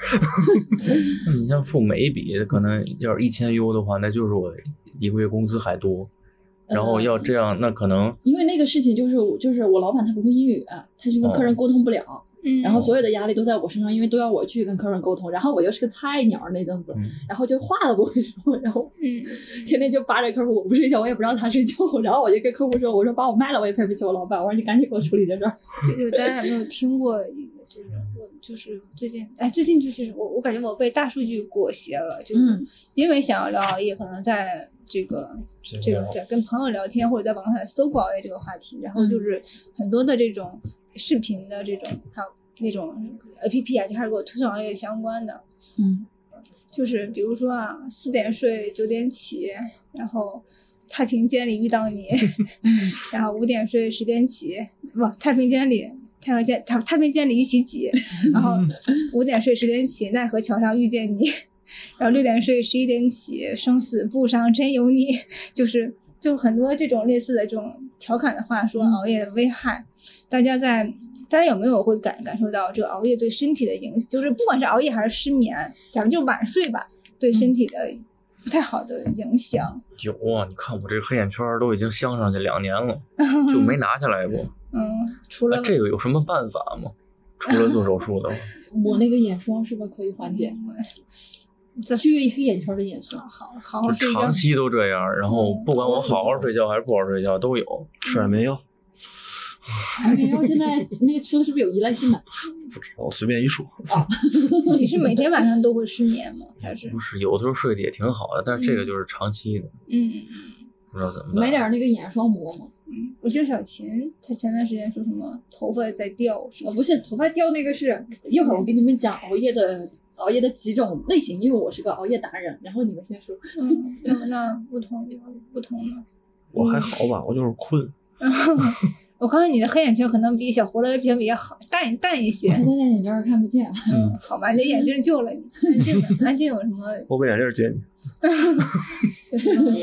那你像付每一笔，可能要是一千 U 的话，那就是我一个月工资还多。然
嗯
后要这样，那可能
因为那个事情就是就是我老板他不会英语，啊他就跟客人
哦
沟通不了，
嗯，
然后所有的压力都在我身上，因为都要我去跟客人沟通，然后我又是个菜鸟那阵子，
嗯
然后就话都不会说，然后
嗯
天天就扒着客户，我不睡觉，我也不让他睡觉，然后我就跟客户说，我说把我卖了，我也赔不起我老板，我说你赶紧给我处理这事儿。
就就大家有没有听过一个，就是我就是最近，哎，最近就是我我感觉我被大数据裹挟了，就是
嗯
因为想要聊熬夜，可能在这个这个在跟朋友聊天或者在网上搜过熬夜这个话题，然后就是很多的这种视频的这种还有那种 A P P 啊，就开始给我推送熬夜相关的，
嗯，
就是比如说啊，四点睡九点起，然后太平间里遇到你，然后五点睡十点起，不，太平间里。太和间太太平间里一起挤，然后五点睡十点起，奈何桥上遇见你，然后六点睡十一点起，生死簿上真有你， 就是就是很多这种类似的这种调侃的话，说
嗯
熬夜的危害。大家在大家有没有会感感受到这个熬夜对身体的影响？就是不管是熬夜还是失眠，咱们就晚睡吧，对身体的不太好的影响。
有啊，你看我这黑眼圈儿都已经镶上去两年了，就没啊拿下来过。
嗯，除
那、
了
这个有什么办法吗？除了做手术 的话，
抹那个眼霜是不是可以缓解？
这
去黑眼圈的眼霜。
好好好
就
睡觉嗯
长，期都这样。然后不管我好好睡觉还是不好睡觉都有。
吃安眠药，
然后哎现在那个吃了是不是有依赖性啊？
我随便一说，
你是每天晚上都会失眠吗？还是
不是，有的时候睡得也挺好的，但是这个就是长期的，
嗯？
不知道怎么
买
办。
点儿那个眼霜抹抹。
嗯，我记得小琴她前段时间说什么头发在掉，是
呃，
吧？
不是，头发掉那个是，一会儿我给你们讲熬夜的熬夜的几种类型，因为我是个熬夜达人。然后你们先说，
嗯，那那不同不同呢。
我还好吧，我就是困。
我告诉你的黑眼圈可能比小胡的相比较好，淡淡一些。
他哎戴眼镜儿看不见。
嗯，
好吧，你的眼镜救了你。安静的，安静有什么？
我把眼镜借你，
有什么？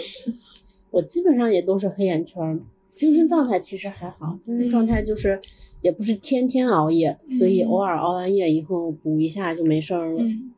我基本上也都是黑眼圈儿，精神状态其实还好，精神状态就是也不是天天熬夜，所以
嗯
偶尔熬完夜以后补一下就没事儿了。
嗯，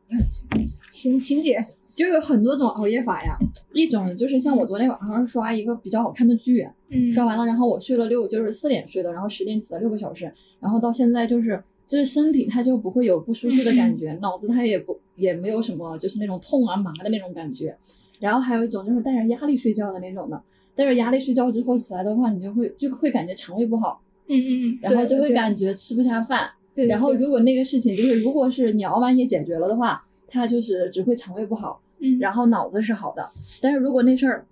秦秦姐，
就有很多种熬夜法呀。一种就是像我昨天晚上刷一个比较好看的剧，
嗯
刷完了，然后我睡了六，就是四点睡的，然后十点起了六个小时，然后到现在就是就是身体它就不会有不舒适的感觉，脑子它也不也没有什么就是那种痛啊麻的那种感觉。然后还有一种就是带着压力睡觉的那种的，带着压力睡觉之后起来的话，你就会就会感觉肠胃不好，
嗯嗯嗯，
然后就会
感，
感觉吃不下饭。
对对
然后
对
如果那个事情就是如果是你熬完夜解决了的话，它就是只会肠胃不好，
嗯
然后脑子是好的，但是如果那事儿，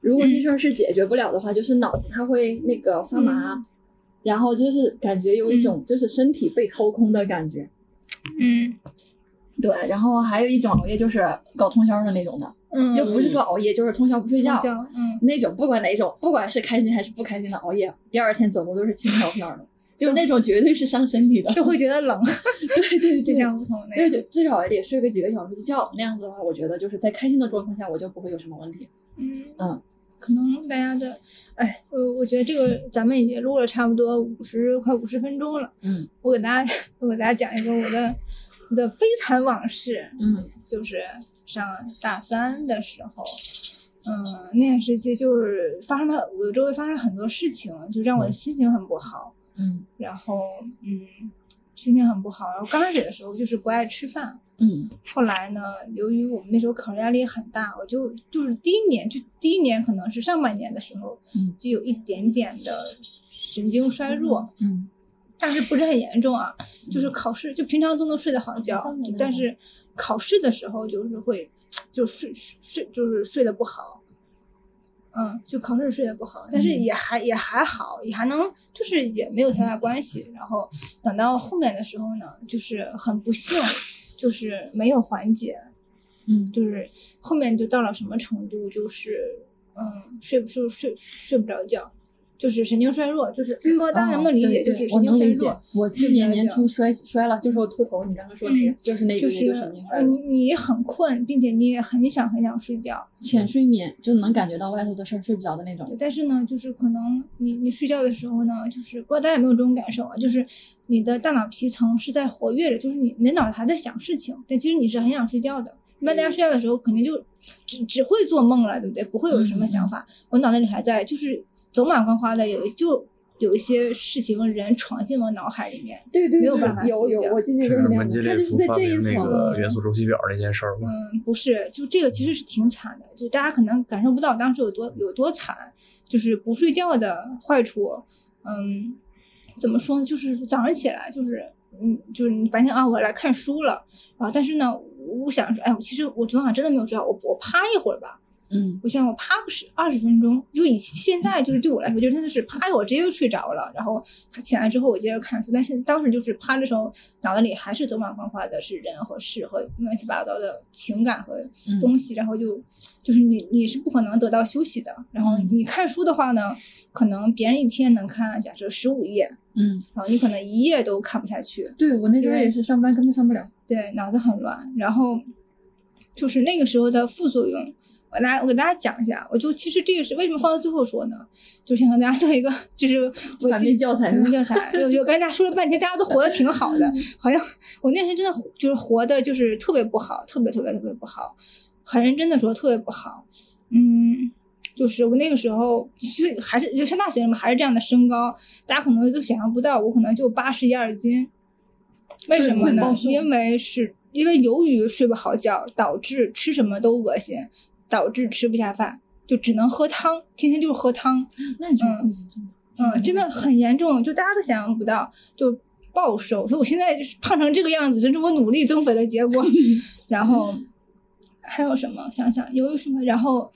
如果
嗯
那事儿是解决不了的话，就是脑子它会那个发麻，
嗯
然后就是感觉有一种就是身体被掏空的感觉。
嗯
对，然后还有一种熬夜就是搞通宵的那种的，
嗯，
就不是说熬夜，就是通宵不睡觉。
通宵嗯，
那种不管哪种，不管是开心还是不开心的熬夜，第二天走路都是轻飘飘的，就那种绝对是伤 身体的。
都会觉得冷，
对对
就
对，
像梧桐那
对
样，
对，最少也得睡个几个小时的觉，那样子的话，我觉得就是在开心的状况下，我就不会有什么问题。
嗯
嗯，
可能大家的，哎，我我觉得这个咱们已经录了差不多五十快五十分钟了，
嗯
我给大家我给大家讲一个我的我的悲惨往事，
嗯
就是上大三的时候。嗯，那段时期就是发生了，我周围发生了很多事情，就让我的心情很不好。
嗯
然后嗯，心情很不好。然后刚开始的时候就是不爱吃饭，
嗯
后来呢，由于我们那时候考试压力很大，我就就是第一年就第一年可能是上半年的时候，
嗯
就有一点点的神经衰弱，
嗯
但是不是很严重啊，就是考试就平常都能睡得好觉，
嗯
就但是考试的时候就是会就睡睡睡就是睡得不好。嗯，就考试睡得不好，但是
嗯
也还也还好，也还能，就是也没有太大关系。然后等到后面的时候呢，就是很不幸，就是没有缓解，
嗯
就是后面就到了什么程度，就是嗯，睡不睡睡睡不着觉，就是神经衰弱，就是不知道大家能不能理解，就是神经衰弱，。
哦
嗯
我今年年初摔摔了，就是我秃头，你刚刚说那个，就是那个，
就是
就神经衰
呃
弱
你，你很困，并且你也很想很想睡觉，
浅睡眠就能感觉到外头的事儿，睡不着的那种
对。但是呢，就是可能你你睡觉的时候呢，就是不知道大家有没有这种感受啊，就是你的大脑皮层是在活跃着，就是你你的脑子还在想事情，但其实你是很想睡觉的。一般大
嗯
家睡觉的时候，肯定就只只会做梦了，对不对？不会有什么
嗯
想法，我脑袋里还在，就是走马观花的有一就有一些事情和人闯进我脑海里面，
对对
没有办法
有
睡
有
觉，
我今年
这
就是是那
门
样
捷
的，
列
他就是
夫
在
发
这一
明那
层。
个元素周期表那件事儿吗？
嗯，不是，就这个其实是挺惨的，就大家可能感受不到当时有多有多惨，就是不睡觉的坏处。嗯，怎么说呢？就是早上起来，就是嗯，就是你白天啊，我来看书了，然后但是呢，我想说，哎，我其实我昨晚真的没有睡好，我我趴一会儿吧。
嗯
我想我趴个十二十分钟，就以现在就是对我来说，就真的是趴一会儿直接就睡着了，然后他起来之后我接着看书，但现当时就是趴的时候，脑袋里还是走马观花的是人和事和乱七八糟的情感和东西，然后就就是你你是不可能得到休息的，然后
嗯
你看书的话呢，可能别人一天能看假设十五页，
嗯，
然后你可能一页都看不下去，
对我那时候也是上班根本上不了。
对，脑子很乱。然后就是那个时候的副作用，我来我给大家讲一下。我就其实这个是为什么放到最后说呢？就是想跟大家做一个，就是我
反
记
面教材
反面
是吧
教材。我就跟大家说了半天，大家都活得挺好 的，好像我那时候真的活就是活的就是特别不好，特别特别特别不好，很认真的说特别不好。嗯，就是我那个时候就是还是就上大学嘛，还是这样的身高，大家可能都想象不到，我可能就八十一二斤。为什么
对暴
呢？
瘦
因为是因为由于睡不好觉，导致吃什么都恶心，导致吃不下饭，就只能喝汤，天天就是喝汤。
那你觉得不严重吗？
嗯，真的很严重，就大家都想象不到，就暴瘦。所以我现在就是胖成这个样子，真是我努力增肥的结果。然后还有什么？想想由于什么？然后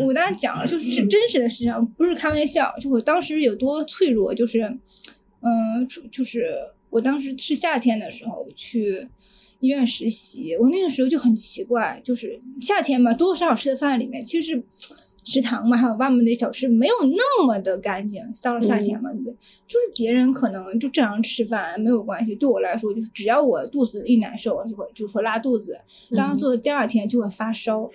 我跟大家讲了，就是是真实的事情，不是开玩笑。就我当时有多脆弱，就是嗯、出就是我当时是夏天的时候去。医院实习，我那个时候就很奇怪，就是夏天嘛，多多少少吃的饭里面，其实食堂嘛，还有外面的小吃没有那么的干净。到了夏天嘛，对不对？就是别人可能就正常吃饭没有关系，对我来说，就是只要
嗯
我肚子一难受，就会就会拉肚子，当时做的第二天就会发烧。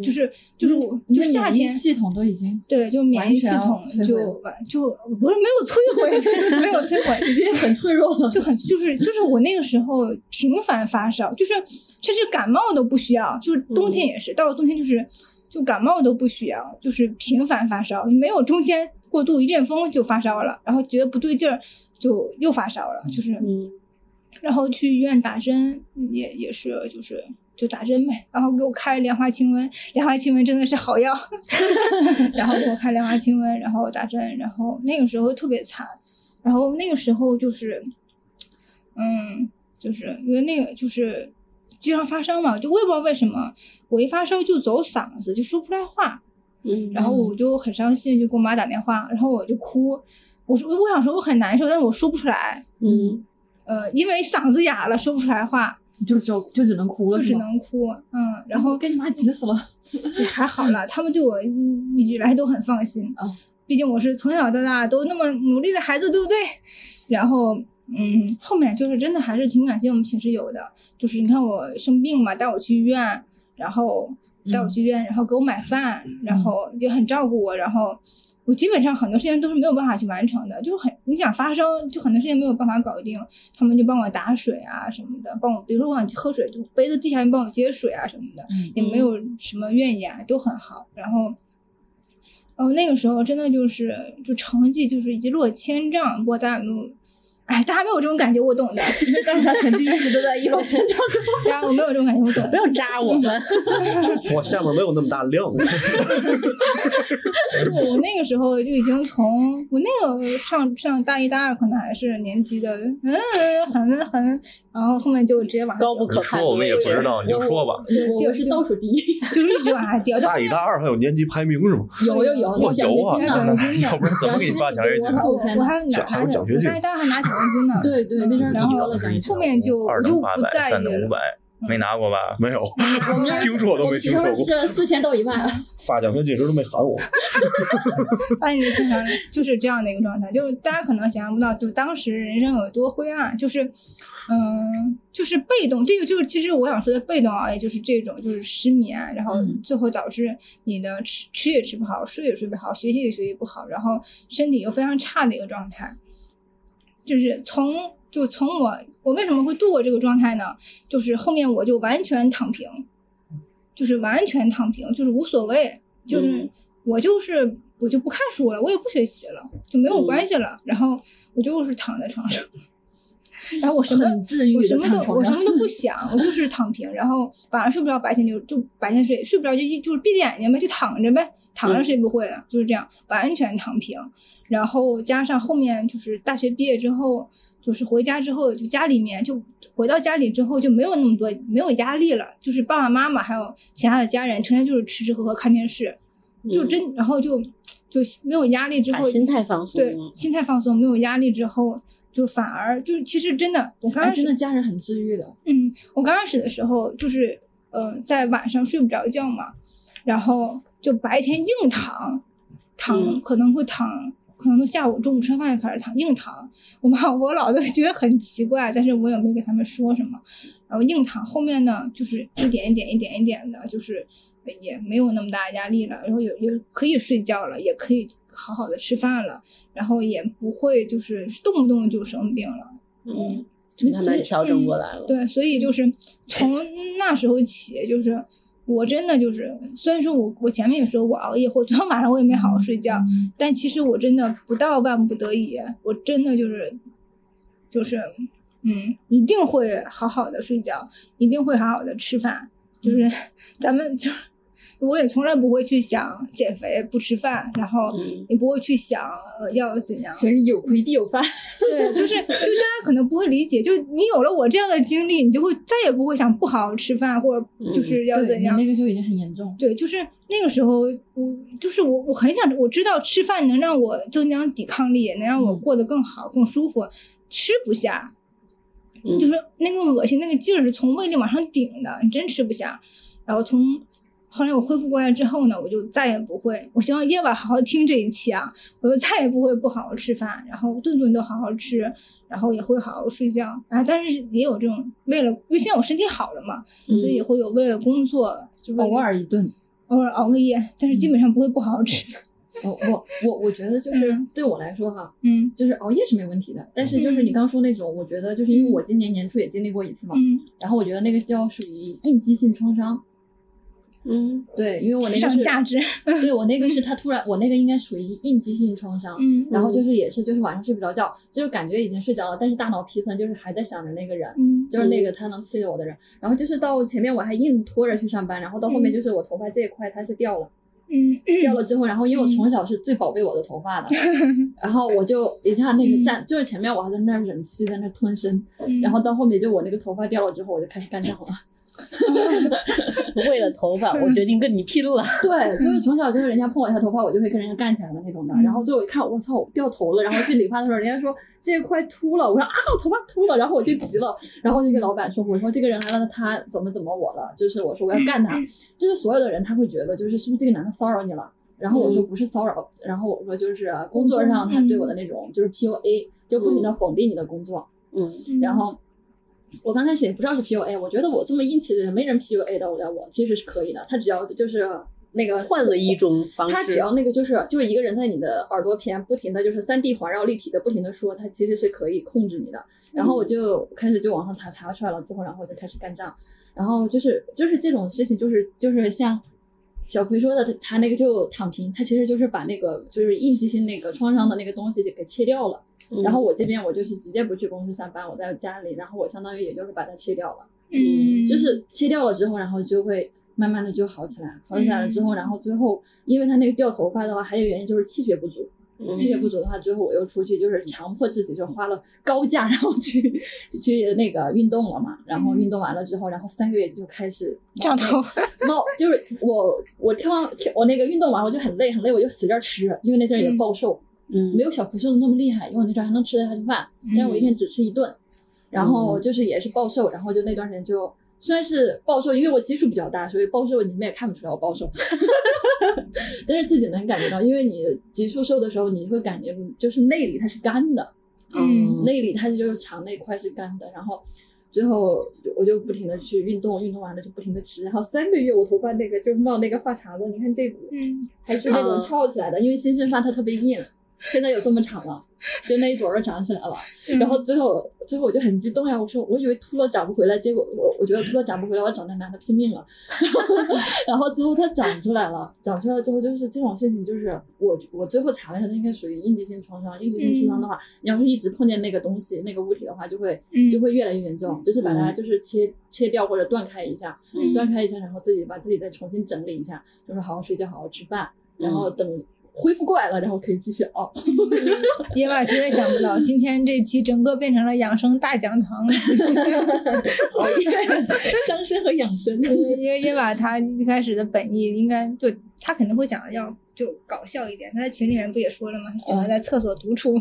就是就是我就夏
嗯免疫
天
系统都已经
对，就免疫系
完全
统
摧毁
就
了
完就不是没有摧毁，没 有摧毁，
已经很脆弱了。
就很就是就是我那个时候频繁发烧，就是甚至感冒都不需要，就是冬天也是，到了冬天就是就感冒都不需要，就是频繁发烧，没有中间过渡，一阵风就发烧了，然后觉得不对劲儿就又发烧了，就是
嗯
然后去医院打针嗯也也是就是。就打针呗，然后给我开莲花清瘟，莲花清瘟真的是好药， 然后给我开莲花清瘟，然后打针，然后那个时候特别惨，然后那个时候就是，嗯，就是因为那个就是经常发烧嘛，就我也不知道为什么，我一发烧就走嗓子，就说不出来话，
嗯，
然后我就很伤心，就给我妈打电话，然后我就哭，我说我想说我很难受，但是我说不出来，
嗯
呃，因为嗓子哑了，说不出来话，
你就只有就只能哭了，
就是只
吗
能哭，嗯，然后
跟你妈急死了。
也还好啦，他们对我一一直以来都很放心
哦。
毕竟我是从小到大都那么努力的孩子，对不对？然后，嗯，后面就是真的还是挺感谢我们寝室有的，就是你看我生病嘛，带我去医院，然后带我去医院，然后给我买饭，然后也很照顾我，然后我基本上很多事情都是没有办法去完成的，就是很你想发烧，就很多事情没有办法搞定，他们就帮我打水啊什么的，帮我，比如说我想喝水，就杯子地下面帮我接水啊什么的，也
嗯
没有什么怨言，都很好。然后，然后那个时候真的就是就成绩就是一落千丈，不知道大家有没有？哎，大家没有这种感觉，我懂的。
但是他成绩一直都在一往前涨。
大家我没有这种感觉，我懂
不
的。
要扎我们，
我下面没有那么大量。
就我那个时候就已经从我那个上上大一大二，可能还是年级的，嗯，很很，然后后面就直接往上
高
掉，
不可
你
攀
说
的
我们也
位
不
置
知道，你就说吧。
就
我我是倒数第一，
就是一直往下掉。 就
大一、大二还有年级排名是吗？
有有有，
嚯
有奖
有啊
学金呢。，
要不然怎么给你发奖 学金？
四五千
我
呢
还拿
奖还
拿
有
奖，
奖学
我
金
大一大二还拿奖学金呢。
对对，那阵儿
然后
拿到了奖学金。
后面就
二
我就
等
不
八百，
在意
三等
了
五百，没拿过吧？
没有，听说都没
我们
听
学
说
校
过。
是四千到一万，
发奖学金一直都没喊我。
把你的情感就是这样的一个状态，就是大家可能想象不到，就当时人生有多灰暗，就是，嗯、就是被动，这个就是其实我想说的被动熬夜，就是这种就是失眠，然后
嗯
最后导致你的吃吃也吃不好，睡也睡不好，学习也学习不好，然后身体又非常差的一个状态，就是从就从我我为什么会度过这个状态呢？就是后面我就完全躺平，就是完全躺平，就是无所谓，就是
嗯
我就是我就不看书了，我也不学习了，就没有关系了。然后我就是躺在床上， 然后我什么
很治愈
我
的
什么都
躺床
我什
上
么都不想，我就是躺平，然后晚上睡不着，白天就就白天睡睡不着就一就是闭着眼睛呗，就躺着呗，躺着谁不会啊？就是这样，完全躺平。然后加上后面就是大学毕业之后，就是回家之后，就家里面就回到家里之后就没有那么多没有压力了，就是爸爸妈妈还有其他的家人成天就是吃吃喝喝看电视，就真然后就就没有压力
嗯
之
把
后，
心态放松
对
了，
心态放松，没有压力之后。就反而就其实真的，我刚
哎，
开
真
始
的家人很治愈的。
嗯，我刚开始的时候就是，呃，在晚上睡不着觉嘛，然后就白天硬躺，躺、
嗯
可能会躺，可能从下午中午吃饭就开始躺，硬躺。我妈我老都觉得很奇怪，但是我也没给他们说什么。然后硬躺后面呢，就是一点一点一点一点的，就是也没有那么大压力了，然后也也可以睡觉了，也可以好好的吃饭了，然后也不会就是动不动就生病了。嗯
嗯，就慢慢
其实
调整过来了，
对，所 以就是从那时候起，就是我真的就是，虽然说我我前面也说我熬夜，或昨天晚上我也没好好睡觉，
嗯
但其实我真的不到万不得已，我真的就是就是嗯，一定会好好的睡觉，一定会好好的吃饭，就是
嗯
咱们就。我也从来不会去想减肥不吃饭，然后
嗯
也不会去想呃要怎样
所以有亏必有饭，
对，就是就大家可能不会理解，就是你有了我这样的经历，你就会再也不会想不好好吃饭，或者就是要
嗯对，
怎
你
样。
那个时候已经很严重。
对，就是那个时候，我就是我，我很想，我知道吃饭能让我增强抵抗力，能让我
嗯
过得更好、更舒服，吃不下，
嗯
就是那个恶心那个劲儿是从胃里往上顶的，你真吃不下。然后从后来我恢复过来之后呢，我就再也不会。我希望夜晚好好听这一期啊，我就再也不会不好好吃饭，然后顿顿都好好吃，然后也会好好睡觉啊。但是也有这种为了，因为现在我身体好了嘛，所以也会有为了工作就
偶尔 一顿。
偶尔熬个夜，但是基本上不会不好好吃饭。
我我我我觉得就是对我来说哈，
嗯
就是熬夜是没问题的，但是就是你刚说那种，我觉得就是因为我今年年初也经历过一次嘛，
嗯，
然后我觉得那个叫属于应激性创伤。
嗯，
对，因为我那个
上
是
价值，
对我那个是他突然，我那个应该属于应激性创伤。
嗯
然后就是也是就是晚上睡不着觉，就是感觉已经睡着了，但是大脑皮层就是还在想着那个人，
嗯
就是那个他能刺激我的人。然后就是到前面我还硬拖着去上班，然后到后面就是我头发这一块它是掉了，
嗯
掉了之后，然后因为我从小是最宝贝我的头发 的，然后我就一下那个站，就是前面我还在那儿忍气在那儿吞声，
嗯，
然后到后面就我那个头发掉了之后，我就开始干仗了。
为了头发，
嗯
我决定跟你 拼了。
对，就是从小就是人家碰我一下头发，我就会跟人家干起来的那种的。
嗯
然后最后一看，我操，我掉头了。然后去理发的时候，人家说这一块秃了，我说啊，我头发秃了。然后我就急了，然后就跟老板说，我说这个人来了，他怎么怎么我了，就是我说我要干他。 就是所有的人他会觉得，就是是不是这个男的骚扰你了？然后我说
嗯
不是骚扰，然后我说就是工作上他对我的那种就是 PUA，就不停的否定你的工作。
嗯
然后我刚开始也不知道是 PUA，我觉得我这么硬气的人，没人 PUA 到我，我其实是可以的。他只要就是那个
换了一种方
他只
式，
要那个就是就是一个人在你的耳朵边不停的就是三 D 环绕立体的不停的说，他其实是可以控制你的。
嗯
然后我就开始就网上查查出来了之后，然后我就开始干仗。然后就是就是这种事情，就是就是像小葵说的，他他那个就躺平，他其实就是把那个就是应激性那个创伤的那个东西就给切掉了。
嗯
然后我这边我就是直接不去公司上班，我在家里，然后我相当于也就是把它切掉了。
嗯
就是切掉了之后，然后就会慢慢的就好起来，好起来了之
嗯
后，然后最后因为他那个掉头发的话，还有原因就是气血不足，
嗯
气血不足的话，最后我又出去就是强迫自己就花了高价，然后去去那个运动了嘛，然后运动完了之后，然后三个月就开始
长嗯头发，
冒，就是我我跳完我那个运动完我就很累很累，我就使劲吃，因为那阵儿也暴瘦，
嗯
没有小葵瘦的那么厉害，因为我那阵儿还能吃得下去饭，
嗯
但是我一天只吃一顿，然后就是也是暴瘦，然后就那段时间就虽然是暴瘦，因为我基数比较大，所以暴瘦你们也看不出来我暴瘦， 但是自己能感觉到，因为你急速瘦的时候，你会感觉就是内里它是干的，
嗯
内里它就是肠那块是干的，然后。最后我就不停的去运动，运动完了就不停的吃，然后三个月我头发那个就冒那个发茬子，你看这股，
嗯
还是那
嗯
种翘起来的，因为新生发它特别硬，现在有这么长了，就那一撮儿长起来了。
嗯
然后最后最后我就很激动呀，我说我以为秃了长不回来，结果我我觉得秃了长不回来，我找那男的拼命了。 然后最后它长出来了，长出来之后就是这种事情，就是我我最后查了一下，它应该属于应激性创伤。应激性创伤的话，你要是一直碰见那个东西那个物体的话，就会
嗯
就会越来越严重，就是把它就是切切掉或者断开一下，
嗯
断开一下，然后自己把自己再重新整理一下，就是好好睡觉，好好吃饭，然
嗯
后等恢复过来了，然后可以继续熬。
野马绝对想不到，今天这期整个变成了养生大讲堂。哦
伤身和养生，
因为因为他一开始的本意应该就他肯定会想要就搞笑一点，他在群里面不也说了吗？他喜欢在厕所独 处，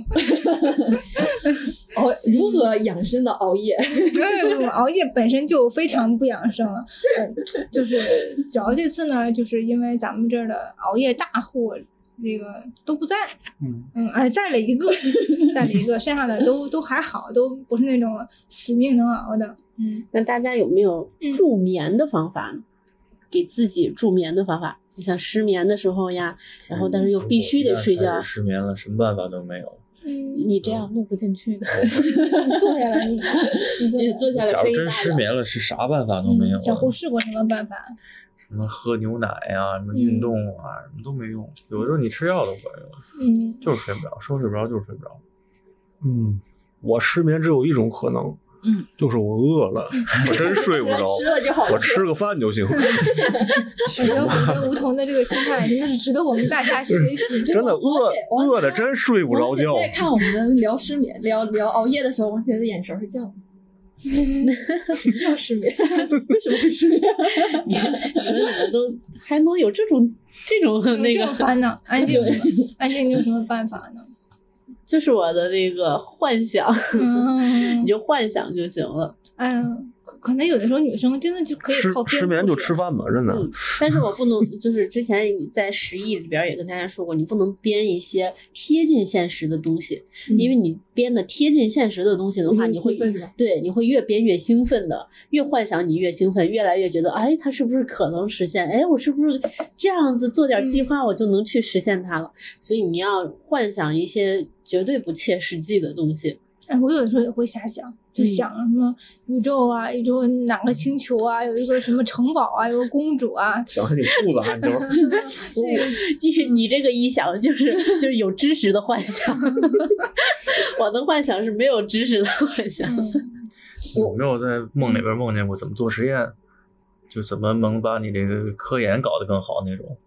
熬如何养生的熬夜？
嗯熬夜本身就非常不养生了。嗯，就是主要这次呢，就是因为咱们这儿的熬夜大户那个都不在，
嗯，
嗯，哎，在了一个， 在了一个，剩下的都都还好，都不是那种死命能熬的。嗯，
那大家有没有助眠的方法呢？给自己助眠的方法，你像失眠的时候呀，然后但是又必须得睡觉
开始，失眠了，什么办法都没有。
你这样录不进去的。
你坐下来，你你坐下
你
来
坐下来
假
睡
如
一
真失
大觉。
眠了，是啥办法都没有
嗯，
啊。
小胡试过什么办法？
什么喝牛奶呀、什么运动啊，什么都没用。有的时候你吃药都管用，
嗯
就是睡不着，说睡不着就是睡不着。
嗯，我失眠只有一种可能，
嗯，
就是我饿了，我真睡不着
，吃了就好了
我吃个饭就行。
我觉得我觉得梧桐的这个心态真的是值得我们大家学 习。
真的
我
饿
姐我姐
饿的真睡不着觉
我，姐在看我们聊失眠、聊聊熬夜的时候，王姐的眼神是这样的。什么叫失眠？为什么会失眠？
你说你们都还能有这种这种那
这
个
种烦恼，安静，安静，你有什么办法呢？
就是我的那个幻想，
嗯
你，就幻想就行了。
哎呀，可可能有的时候女生真的就可以
失
靠
失
边
眠就
故
吃
事。
饭吧，真的。
嗯，但是我不能，就是之前在十亿里边也跟大家说过，你不能编一些贴近现实的东西，
嗯
因为你编的贴近现实的东西的话，
嗯
你会
兴奋是吧
对，你会越编越兴奋的，越幻想你越兴奋，越来越觉得，哎，它是不是可能实现？哎，我是不是这样子做点
嗯
计划，我就能去实现它了？所以你要幻想一些绝对不切实际的东西。
哎，我有的时候也会瞎想，就
嗯
想什么宇宙啊，宇宙哪个星球啊，有一个什么城堡啊，有个公主啊，
想还挺复杂，你知道 吗？
这个
你你这个一想就是就是有知识的幻想， 我的幻想是没有知识的幻想。
嗯
有没有在梦里边梦见过怎么做实验，就怎么能把你这个科研搞得更好那种？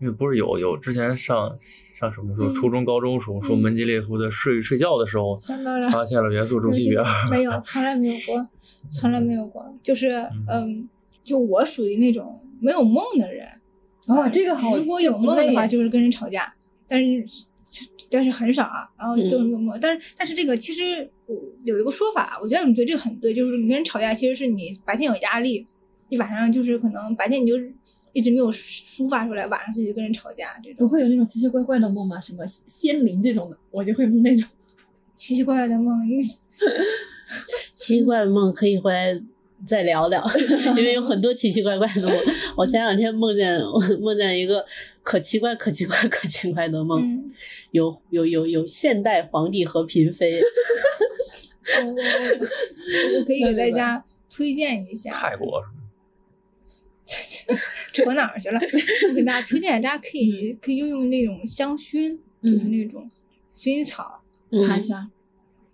因为不是有有之前上上什么时候，初
嗯
中、高中时候说门捷列夫的睡睡觉的时候
想到了
发现了元素周期表，
没有，从来没有过，从来没有过。就是嗯，就我属于那种没有梦的人。嗯
哦，这个好，
如果有梦的话，就是跟人吵架，但是但是很少啊。然后
嗯
都是没有梦，但是但是这个其实我有一个说法，我觉得你对这个很对，就是你跟人吵架，其实是你白天有压力，你晚上就是可能白天你就一直没有抒发出来，晚上所以就跟人吵架这
不
种
会有那种奇奇怪怪的梦吗？什么仙灵这种的，我就会梦那种。
奇奇怪怪的梦。你
奇怪的梦可以回来再聊 聊，因为有很多奇奇怪怪的梦。我前两天梦见 我梦见一个可奇怪、可奇怪、可奇怪的梦，
嗯，
有有有有现代皇帝和嫔 妃，
哦我我我我可以给大家推荐一下，
泰国是吗
扯哪儿去了？我给大家推荐，大家可以可以用用那种香薰，就是
嗯
那种薰衣草。
谈
嗯
一，下，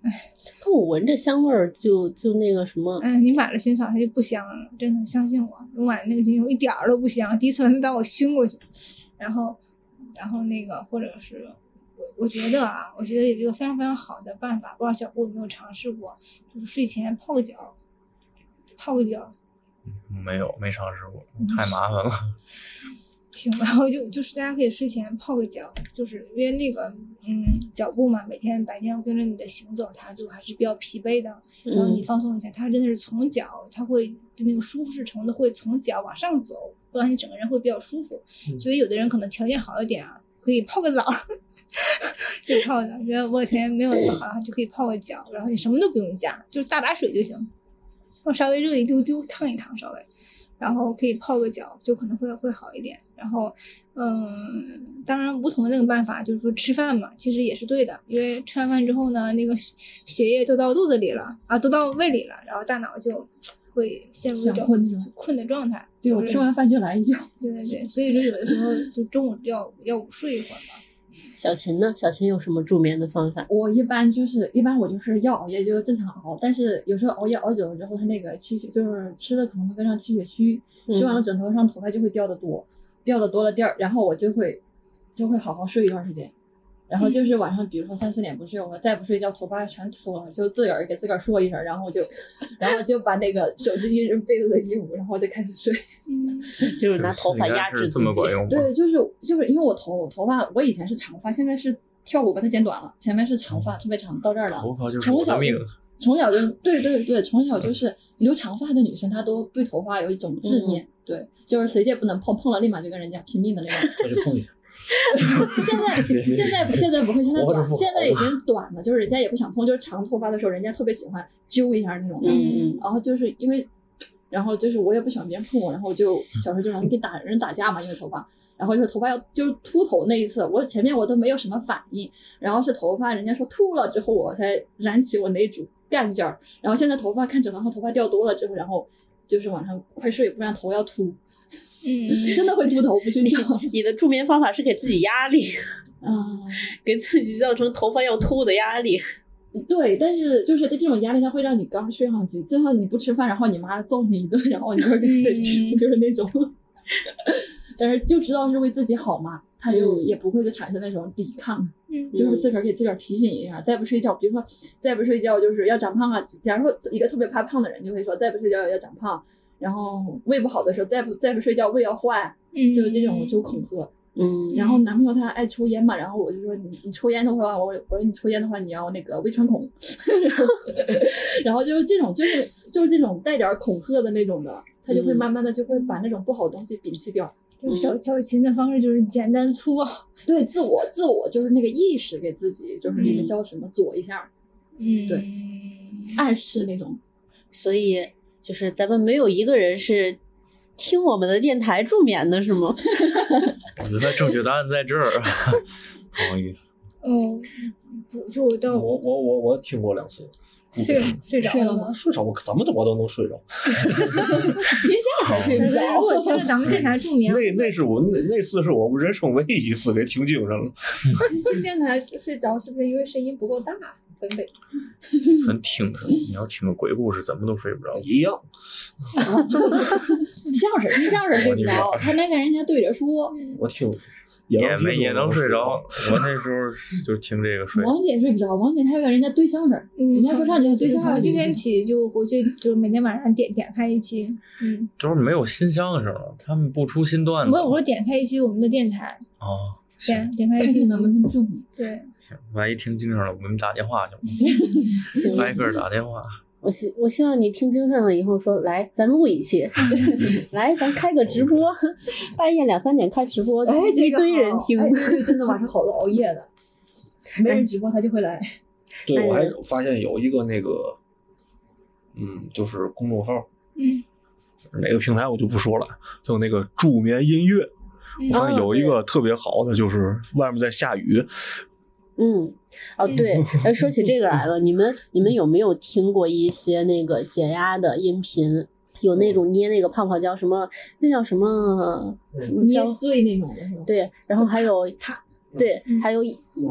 但我闻着香味儿就就那个什么，
嗯，你买了薰衣草，它就不香了，真的，相信我，我买那个精油一点儿都不香，第一次闻把我熏过去。然后，然后那个或者是我我觉得啊，我觉得有一个非常非常好的办法，不知道小顾有没有尝试过，就是睡前泡个脚，泡个脚，
没有没尝试过，
嗯
太麻烦了。
行， 然后就就是大家可以睡前泡个脚，就是因为那个嗯脚步嘛，每天白天跟着你的行走，它就还是比较疲惫的。然后你
嗯
放松一下，它真的是从脚，它会就那个舒适程度会从脚往上走，会让你整个人会比较舒服。所以有的人可能条件好一点啊，可以泡个澡， 就泡个澡。觉得我条件没有那么好，就可以泡个脚，然后你什么都不用加，就是大把水就行，然后稍微热一丢丢，烫一烫稍微。然后可以泡个脚，就可能会会好一点。然后，嗯，当然，梧桐的那个办法就是说吃饭嘛，其实也是对的，因为吃完饭之后呢，那个血血液都到肚子里了啊，都到胃里了，然后大脑就会陷入一
想
种
困那种
困的状态。
对我
就是
吃完饭就来一觉。
对对对，所以说有的时候就中午要要午睡一会儿嘛。
小琴呢？小琴有什么助眠的方法？
我一般就是一般我就是要熬夜就正常熬，但是有时候熬夜熬久了之后，它那个气血就是吃的可能会跟上气血虚，吃完了枕头上头发就会掉的多，掉的多了第二，然后我就会就会好好睡一段时间，然后就是晚上比如说三四点不睡，我再不睡觉头发全秃了，就自个儿给自个儿说一声，然后就然后就把那个手机一扔被子的衣服，然后就开始睡。
嗯，
就是拿头发压制
是
自
这
己
么。管 用吗？
对，就是就是因为我头头发我以前是长发，现在是跳舞把它剪短了，前面是长发，特别长到这儿了。
头发就是
从
我
小
的
就
命，
从小就对对对，从小就是留长发的女生，她都对头发有一种执
嗯
念，对，就是随便不能碰，碰了立马就跟人家拼命的那 种。
那就碰一下。
现在
别别
现在现在不会，现在
活着
短
不，好
现在已经短了，就是人家也不想碰，就是长头发的时候，人家特别喜欢揪一下那种的。
嗯
然后就是因为，然后就是我也不喜欢别人碰我，然后我就小时候就容易跟打人打架嘛，因为头发。然后就是头发要就是秃头那一次，我前面我都没有什么反应，然后是头发人家说秃了之后，我才燃起我那一股干劲儿。然后现在头发看枕头上头发掉多了之后，然后就是晚上快睡，不然头要秃，
嗯
真的会秃头不睡觉。
嗯，你的助眠方法是给自己压力，
嗯，
给自己造成头发要秃的压力。
对，但是就是在这种压力下会让你刚睡上去，就像你不吃饭，然后你妈揍你一顿，然后你就得吃，
嗯
就是那种。但是就知道是为自己好嘛，他就
嗯
也不会就产生那种抵抗，
嗯
就是自个儿给自个儿提醒一下，再不睡觉，比如说再不睡觉就是要长胖啊。假如说一个特别怕胖的人，就会说再不睡觉要长胖，然后胃不好的时候再不再不睡觉胃要坏，
嗯
就是这种就恐吓。
嗯，
然后男朋友他爱抽烟嘛，然后我就说你你抽烟的话，我我说你抽烟的话你要那个微穿孔， 然后然后就是这种就是就是这种带点儿恐吓的那种的，他就会
嗯
慢慢的就会把那种不好的东西摒弃掉，
就是小小雨琴的方式就是简单粗暴，
对自我自我就是那个意识给自己就是那个
嗯
叫什么左一下，
嗯
对暗示那种，
所以就是咱们没有一个人是听我们的电台助眠的，是吗？
我觉得正确答案在这儿，啊 不好意思，
嗯，不就我到
我我我我听过两次，不啊
睡睡着
睡了
吗？
睡着我怎么怎么都能睡着。
一下还睡 不着。
如果听着咱们电台助眠，
那那是我那那次是我人生唯一一次给听精神了。
这电台睡着是不是因为声音不够大？分贝
很听着。你要听个鬼故事，怎么都睡不着。
一样，
相声，听相声睡不着，他那天人家对着说，
我听野
也
狼
没
鼻子
也
我
能
睡
睡着， 我那时候就听这个睡。
王姐睡不着，王姐她跟人家对相声，人家说唱就对相
从
声。
今天起就回去，就是每天晚上点点开一期，嗯，
就是没有新相声了，他们不出新段子
不是我说点开一期我们的电台，
啊。
点
行
点开一
看
期
看哎 能不能中你。
对，
行，万一听精神了，我给你们打电话去，
行，
挨个儿打 电话。
我希我希望你听精神了以后说，来咱录一期，来咱开个直播， 半夜两三点开直播，哎一堆人听。
哎，对对，真的晚上好多熬夜 的，没人直播他就会
哎
来。哎
对我还发现有一个那个，嗯，就是公众号，
嗯，
哪个平台我就不说了，就那个助眠音乐。
嗯
我发现
哦
有一个特别好的，就是外面在下雨，
嗯，哦对，哎，说起这个来了，你们你们有没有听过一些那个解压的音频？有那种捏那个泡泡胶，什么那叫什么什么胶
捏？碎那种的是吧？
对，然后还有它，对，
嗯
还有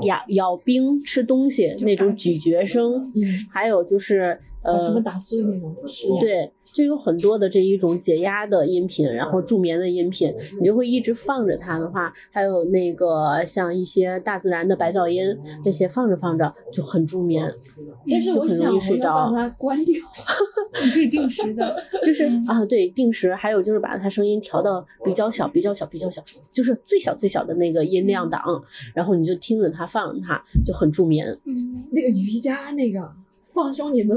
咬咬冰吃东西那种咀嚼声，
嗯，
还有就是
把
呃，
什么打碎那种是呀。
对，就有很多的这一种解压的音频，然
嗯
后助眠的音频，你就会一直放着它的话，还有那个像一些大自然的白噪音，这些放着放着就很助
嗯
眠，
但是
就
我
很容
想
易
我
睡
要把
着
它关掉。
你可以定时的，
就是
嗯
啊，对，定时，还有就是把它声音调到比较小、比较小、比较小，就是最小最小的那个音
嗯
量档，然后你就听着它放着它，就很助眠。
嗯，
那个瑜伽那个放松你的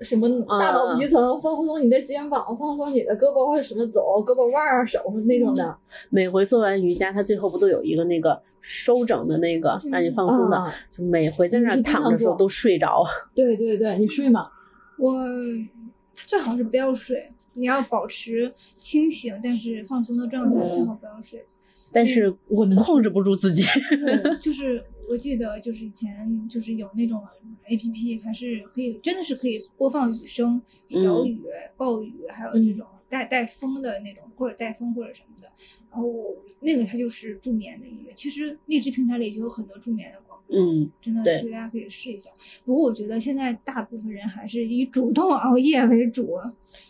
什么
啊
大脑皮层，放松你的肩膀，放松你的胳膊或者什么肘、胳膊腕儿、手那种的。
每回做完瑜伽，它最后不都有一个那个收整的那个让你放松的
啊，
就每回在那
你
儿
是经
躺
常
着的时候
做
都睡着。
对对对，你 睡吗？
我最好是不要睡，你要保持清醒但是放松的状态，最好不要睡。
但是我能控制不住自己。
对，就是我记得就是以前就是有那种 A P P，它是可以真的是可以播放雨声、小
嗯
雨、暴雨，还有这种带带风的那种，或者带风或者什么的。然后我那个它就是助眠的音乐。其实荔枝平台里就有很多助眠的广播，
嗯，
真的，
对
所以大家可以试一下。不过我觉得现在大部分人还是以主动熬夜为主，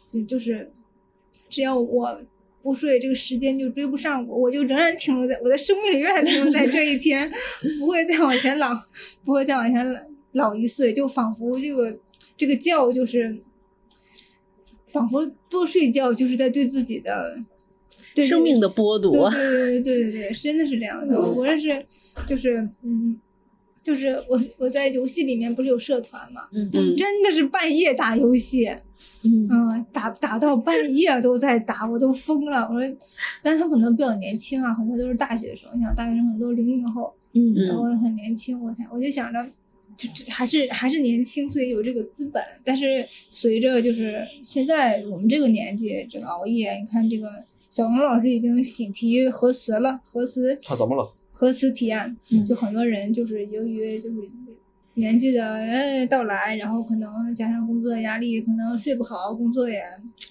所以就是只要我。不睡，这个时间就追不上我，我就仍然停留在我的生命永远停留在这一天， 不会再往前老，不会再往前老老一岁，就仿佛这个这个觉就是，仿佛多睡觉就是在对自己的 对
生命的剥 夺。
对对对对对对，真的是这样的。
嗯
我我认识，就是嗯，就是我我在游戏里面不是有社团嘛，
嗯
他们真的是半夜打游戏，
嗯
嗯，打打到半夜都在打，我都疯了。我说，但是他们可能比较年轻啊，很多都是大学生，你想大学生很多零零后，
嗯
然后很年轻，我才我就想着。这这还是还是年轻，所以有这个资本。但是随着就是现在我们这个年纪，这个熬夜，你看这个小王老师已经喜提核磁了，核磁
他怎么了？
核磁提案，
嗯
就很多人就是由于就是年纪的哎到来，然后可能加上工作的压力，可能睡不好，工作也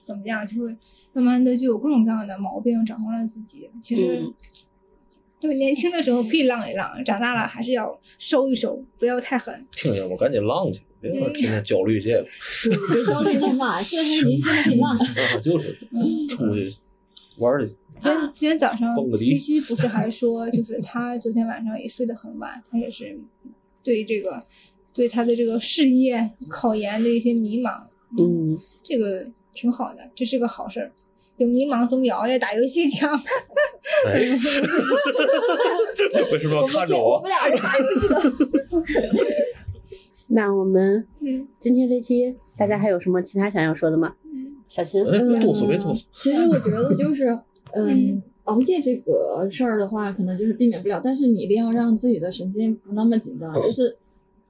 怎么样，就会慢慢的就有各种各样的毛病掌控了自己。其实，
嗯
就是年轻的时候可以浪一浪，长大了还是要收一收，不要太狠。
听见我赶紧浪去，别老
嗯
天天焦虑这个。
对，别焦虑那嘛，现在还是年轻，还以浪。嗯
啊 就是出去玩儿去，
今天今天早上
蹦个迪
西西不是还说，就是她昨天晚上也睡得很晚，她也是对这个对她的这个事业考研的一些迷茫。
嗯，
这个挺好的，这是个好事儿。有迷茫总比熬夜打游戏 强。
哎， 为什么要看着
我
我
们？俩是打游戏的。
那我们
嗯
今天这期大家还有什么其他想要说的吗？小秦，
哎，哆嗦没哆嗦？
嗯其实我觉 得就是，嗯
嗯，
熬夜这个事儿的话，可能就是避免不了，但是你一定要让自己的神经不那么紧张，就是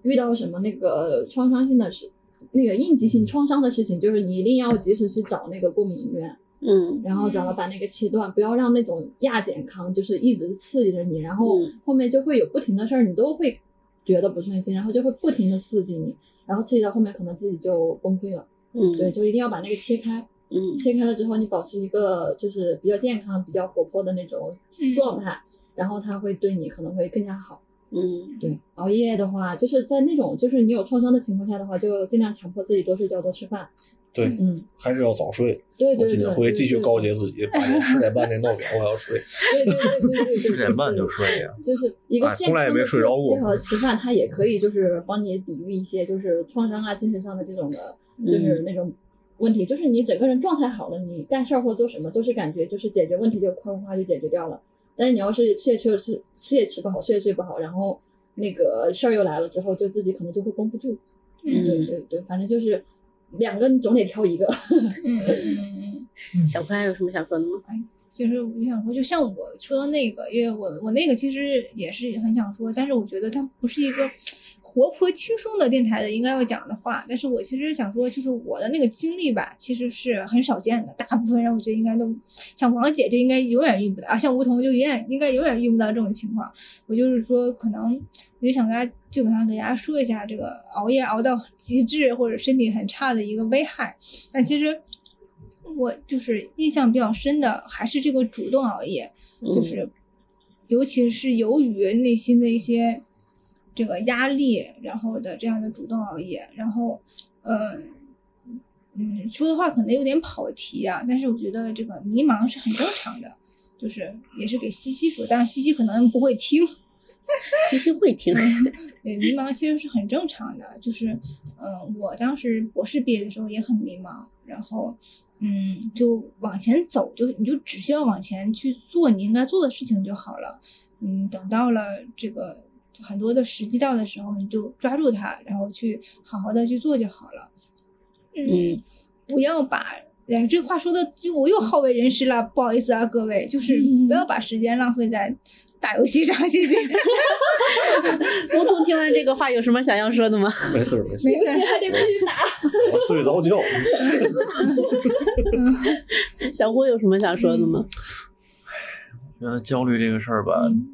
遇到什么那个创伤性的事。那个应急性创伤的事情，就是你一定要及时去找那个过敏医院，
嗯
然后找老板那个切断，不要让那种亚健康就是一直刺激着你，然后
嗯
后面就会有不停的事儿，你都会觉得不顺心，然后就会不停的刺激你，然后刺激到后面可能自己就崩溃了。
嗯，
对，，就一定要把那个切开，
嗯
切开了之后，你保持一个就是比较健康、比较活泼的那种状态，然后它会对你可能会更加好。
嗯
对，熬夜的话，就是在那种就是你有创伤的情况下的话，就尽量强迫自己多睡觉、多吃饭。
对，
嗯，
还是要早睡。
对
我
对
今
对，
天回去继续
对
告诫。自己，八点十点半那闹表我要 睡。
对对对对对对，
十点半就睡呀、
就是一个
哎
健
从来也
康
没
的
睡
作
着过
息和吃饭，它也可以就是帮你抵御一些就是创伤啊、精神上的这种的，就是那种问题。就是你整个人状态好了，你干事儿或做什么都是感觉就是解决问题就夸夸夸就解决掉了。但是你要是吃也吃吃吃也吃不好，睡也睡不好，然后那个事儿又来了之后，就自己可能就会绷不住。
嗯
对对对，反正就是两个你总得挑一个。
嗯嗯嗯嗯。
小坤还有什么想说的吗？
就是我想说，就像我说的那个，因为我我那个其实也是很想说，但是我觉得它不是一个活泼轻松的电台的应该要讲的话。但是我其实想说，就是我的那个经历吧，其实是很少见的，大部分人我觉得应该都像王姐就应该永远遇不到，啊，像吴桐就永远应该永远遇不到这种情况。我就是说，可能我就想跟大家就想给大家说一下这个熬夜熬到极致或者身体很差的一个危害。但其实我就是印象比较深的还是这个主动熬夜，就是尤其是由于内心的一些这个压力，然后的这样的主动熬夜，然后呃。嗯，说的话可能有点跑题啊，但是我觉得这个迷茫是很正常的，就是也是给西西说，但是西西可能不会听，
其实会听，
对，迷茫其实是很正常的，就是，嗯，我当时博士毕业的时候也很迷茫，然后，嗯，就往前走，就你就只需要往前去做你应该做的事情就好了，嗯，等到了这个很多的时机到的时候，你就抓住它，然后去好好的去做就好了，
嗯，
不要把。哎，这话说的就我又好为人师了，不好意思啊，各位，就是不要把时间浪费在打游戏上，谢 谢。
吴桐听完这个话有什么想要说的吗？
没事儿没事
没
儿，
事儿，
还得必须打。
我睡着 觉。
小郭有什么想说的吗？
觉得焦虑这个事儿吧，
嗯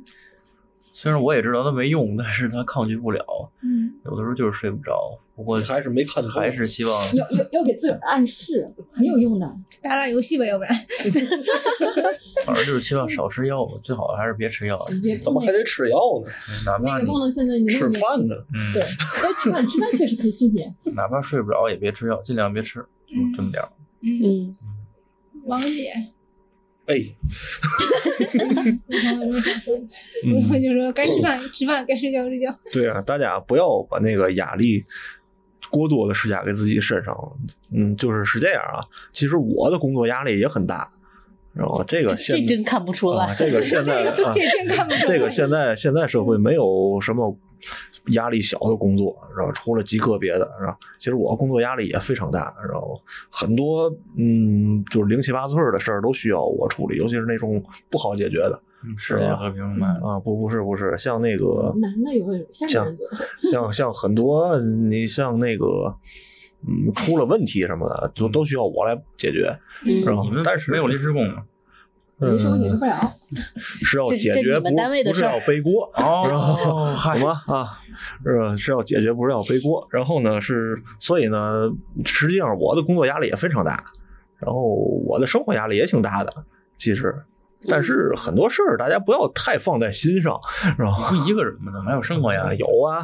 虽然我也知道它没用，但是它抗拒不了，
嗯，
有的时候就是睡不着。不过
你还是没看透
还是希望
要要要给自个儿暗示，很有 用的。
打打游戏吧，要不然。
反正就是希望少吃药吧，最好还是别吃药，嗯
别
怎么还得吃药呢？
哪
那
怕
个
你
胖到现在你那么
吃
年轻
饭呢？
对
嗯，，
要吃 饭，吃饭确实可以睡
啊
眠。
哪怕睡不着也别吃药，尽量别吃，就这么点儿。
嗯，
嗯，
王姐，
哎，
你看我有什么想说的？
嗯
我就说该吃饭吃饭，该睡觉睡觉。
对啊，大家不要把那个压力过多的施加给自己身上。嗯，就是是这样啊。其实我的工作压力也很大，然后这个现
这真看不出
啊，
来。
这个现在啊，
这真看不出来
这个现在现在社会没有什么压力小的工作，然后除了极个别的，然后其实我工作压力也非常大，然后很多嗯，就是零七八碎儿的事儿都需要我处理，尤其是那种不好解决的
嗯世界和平嘛，
啊，不不是不是，像那个
男的有没有下面人做？
像像很多你像那个。嗯，出了问题什么的，都都需要我来解决。
嗯
然后
你们，
但是
没有临时工吗？
有时候解
嗯
决不了。
是要
这
解
这你
决，
们
不
单位的
不是
事儿
要背 锅。
哦，
好
嗨，
吗？啊，是是要解决，不是要背锅。然后呢，是所以呢，实际上我的工作压力也非常大，然后我的生活压力也挺大的，其实。
嗯
但是很多事儿大家不要太放在心上，然后
不一个人吗？怎么还有生活压
啊
力？
有啊，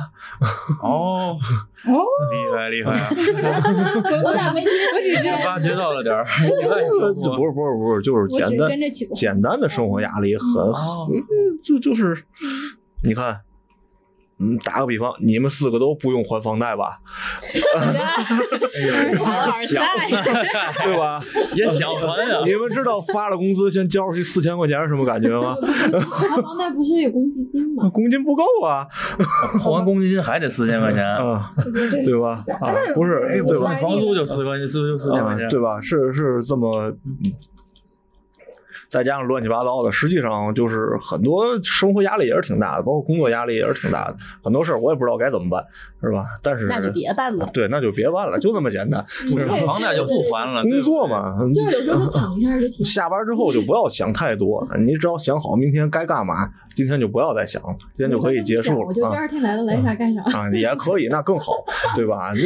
哦，
哦，
厉害 厉害，
嗯
我咋没听？我只 是
挖掘到了 点儿，意外 收
不
获。
是不是不是，就是
我只
简
是
单
跟着起过。
嗯
简单的生活压力很
哦
嗯就就是，你看嗯，打个比方，你们四个都不用还房贷吧，
凡尔赛，
对吧？
也 想还呀
你。们知道发了工资先交出去四千块钱是什么感觉吗？
还房贷不是有公积金吗？
公斤不够啊，
还公积金还得四千块钱，
啊，
这
对吧？啊，不是，
哎，我
对吧？
算房租就四块，四就四千块
啊
钱，，
对吧？是是这么，嗯再加上乱七八糟的，实际上就是很多生活压力也是挺大的，包括工作压力也是挺大的，很多事儿我也不知道该怎么办，是吧？但是啊
那就别办了。嗯
对，那就别办了，就那么简单。
是 吧房贷就不还了，
工作嘛，嗯
就是有时候就躺一下就 挺好。
下班之后就不要想太多，你只要想好明天该干嘛，今天就不要再想了，今天就可以结束
我就
了
第
啊。
二天来了，来啥干啥。
啊，也可以，那更好， 对吧？你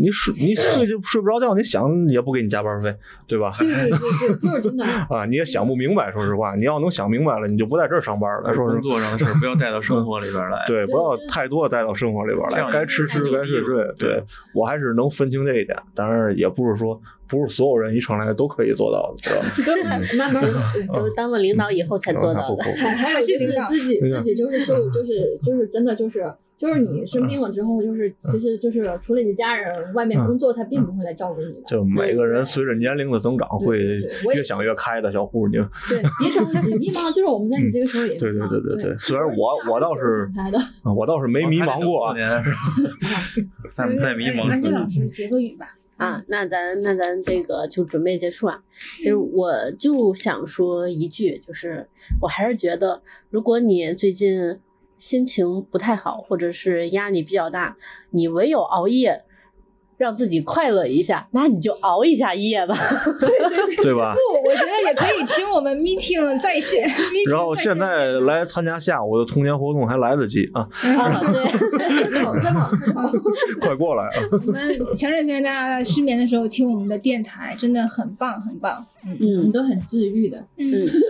你睡你睡就睡不着觉，你想也不给你加班费，对吧？
对对对对，就是真的。
啊，你也想不明白，说实话，你要能想明白了，你就不在这儿上班了。
对
说是
工作上的事儿不要带到生活里边来。
对，不
对
要
就是
太多地带到生活里边
这
来，
样
该吃吃，
就
该睡睡。
对
对我还是能分清这一点，当然也不是说不是所有人一上来都可以做到的，对吧？嗯
跟慢慢对。
都是当了领导以后才做到的。
还还有就是自己
领导
自己就是受就是就是真的就是就是你生病了之后就是其实就是除了你家人，外面
嗯
工作他并不会来照顾你的。
就每个人随着年龄的增长，会
对对我也
越想越开的。小胡，你
对，别着急，迷茫就是我们在你这个时候也迷
嗯对对
茫
对对对虽然我我倒是
想开的，
啊我倒是没迷茫过
我
啊
看。你等四年，再再迷茫
安
四
静老
年。
师结个语 吧。
啊，那咱那咱这个就准备结束啊。其实我就想说一句，就是我还是觉得，如果你最近心情不太好，或者是压力比较大，你唯有熬夜。让自己快乐一下，那你就熬一下夜吧。 啊
对 吧？
不，我觉得也可以听我们 meeting 在线。meeting
然后
在
现在来参加下午的童年活动还来得及啊，
啊，对，
快跑快跑快跑！
快过来啊！
我们强烈推荐大家失眠的时候听我们的电台，真的很棒，很棒。
我
嗯
们，都很治愈的。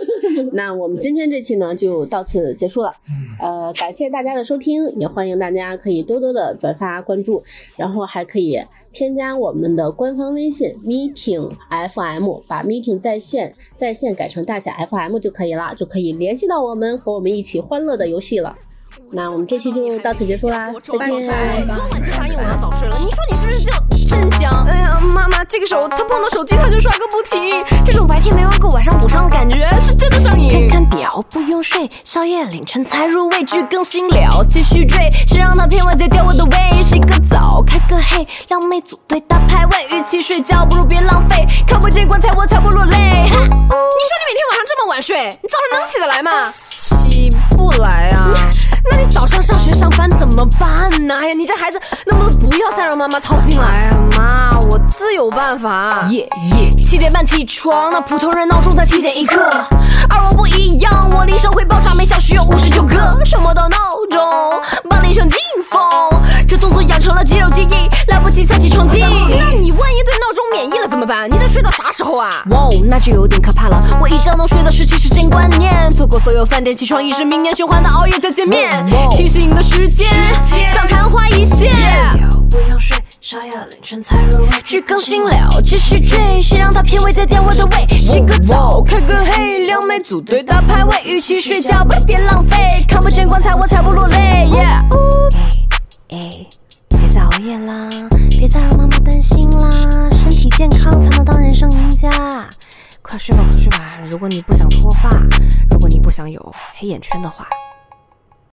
那我们今天这期呢就到此结束了，呃，感谢大家的收听，也欢迎大家可以多多的转发关注，然后还可以添加我们的官方微信 meeting FM，把 meeting 在线在线改成大写 FM 就可以了，就可以联系到我们，和我们一起欢乐的游戏了。那我们这期就到此结束
哎
啦，再见。
昨晚就答应我要早睡了，你说你是不是就真香？哎呀，妈妈，这个时候他碰到手机他就刷个不停，这种白天没玩够晚上补上的感觉是真的上
看
瘾。
看表，不用睡，宵夜凌晨才入味，剧更新了，继续追。谁让他骗我戒掉我的胃？洗个澡，开个黑，撩妹组队打排位，与其睡觉，不如别浪费。看我这棺材，我才不落泪。哈
你说你每天晚上这么晚睡，你早上能起得来 吗？起不来啊。那你早上上学上班怎么办呢？哎呀，你这孩子能不能不要再让妈妈操心了？哎呀，妈，我自有办法
耶耶，七点半起床，那普通人闹钟才七点一刻。而我不一样，我铃声会爆炸，每小时有五十九个。什么都闹钟，把铃声进风，这动作养成了肌肉记忆，来不及再起床气。
那你万一对闹钟免疫了怎么办？你得睡到啥时候啊？
哇哦，那就有点可怕了。我一觉能睡到十七时间观念，错过所有饭店起床仪式，明年循环的熬夜再见面。提醒的时间像昙花一现。不用睡，少夜凌晨才入味。去更新了，继续追，谁让他偏微再掉我的胃？洗个澡，开个黑，撩妹组队打排位，与其睡觉，不如别浪费。看不见棺材，我才不落泪。Yeah。哎，别再熬夜啦，别再让妈妈担心啦，身体健康才能当人生赢家。快睡吧，快睡吧，如果你不想脱发，如果你不想有黑眼圈的话，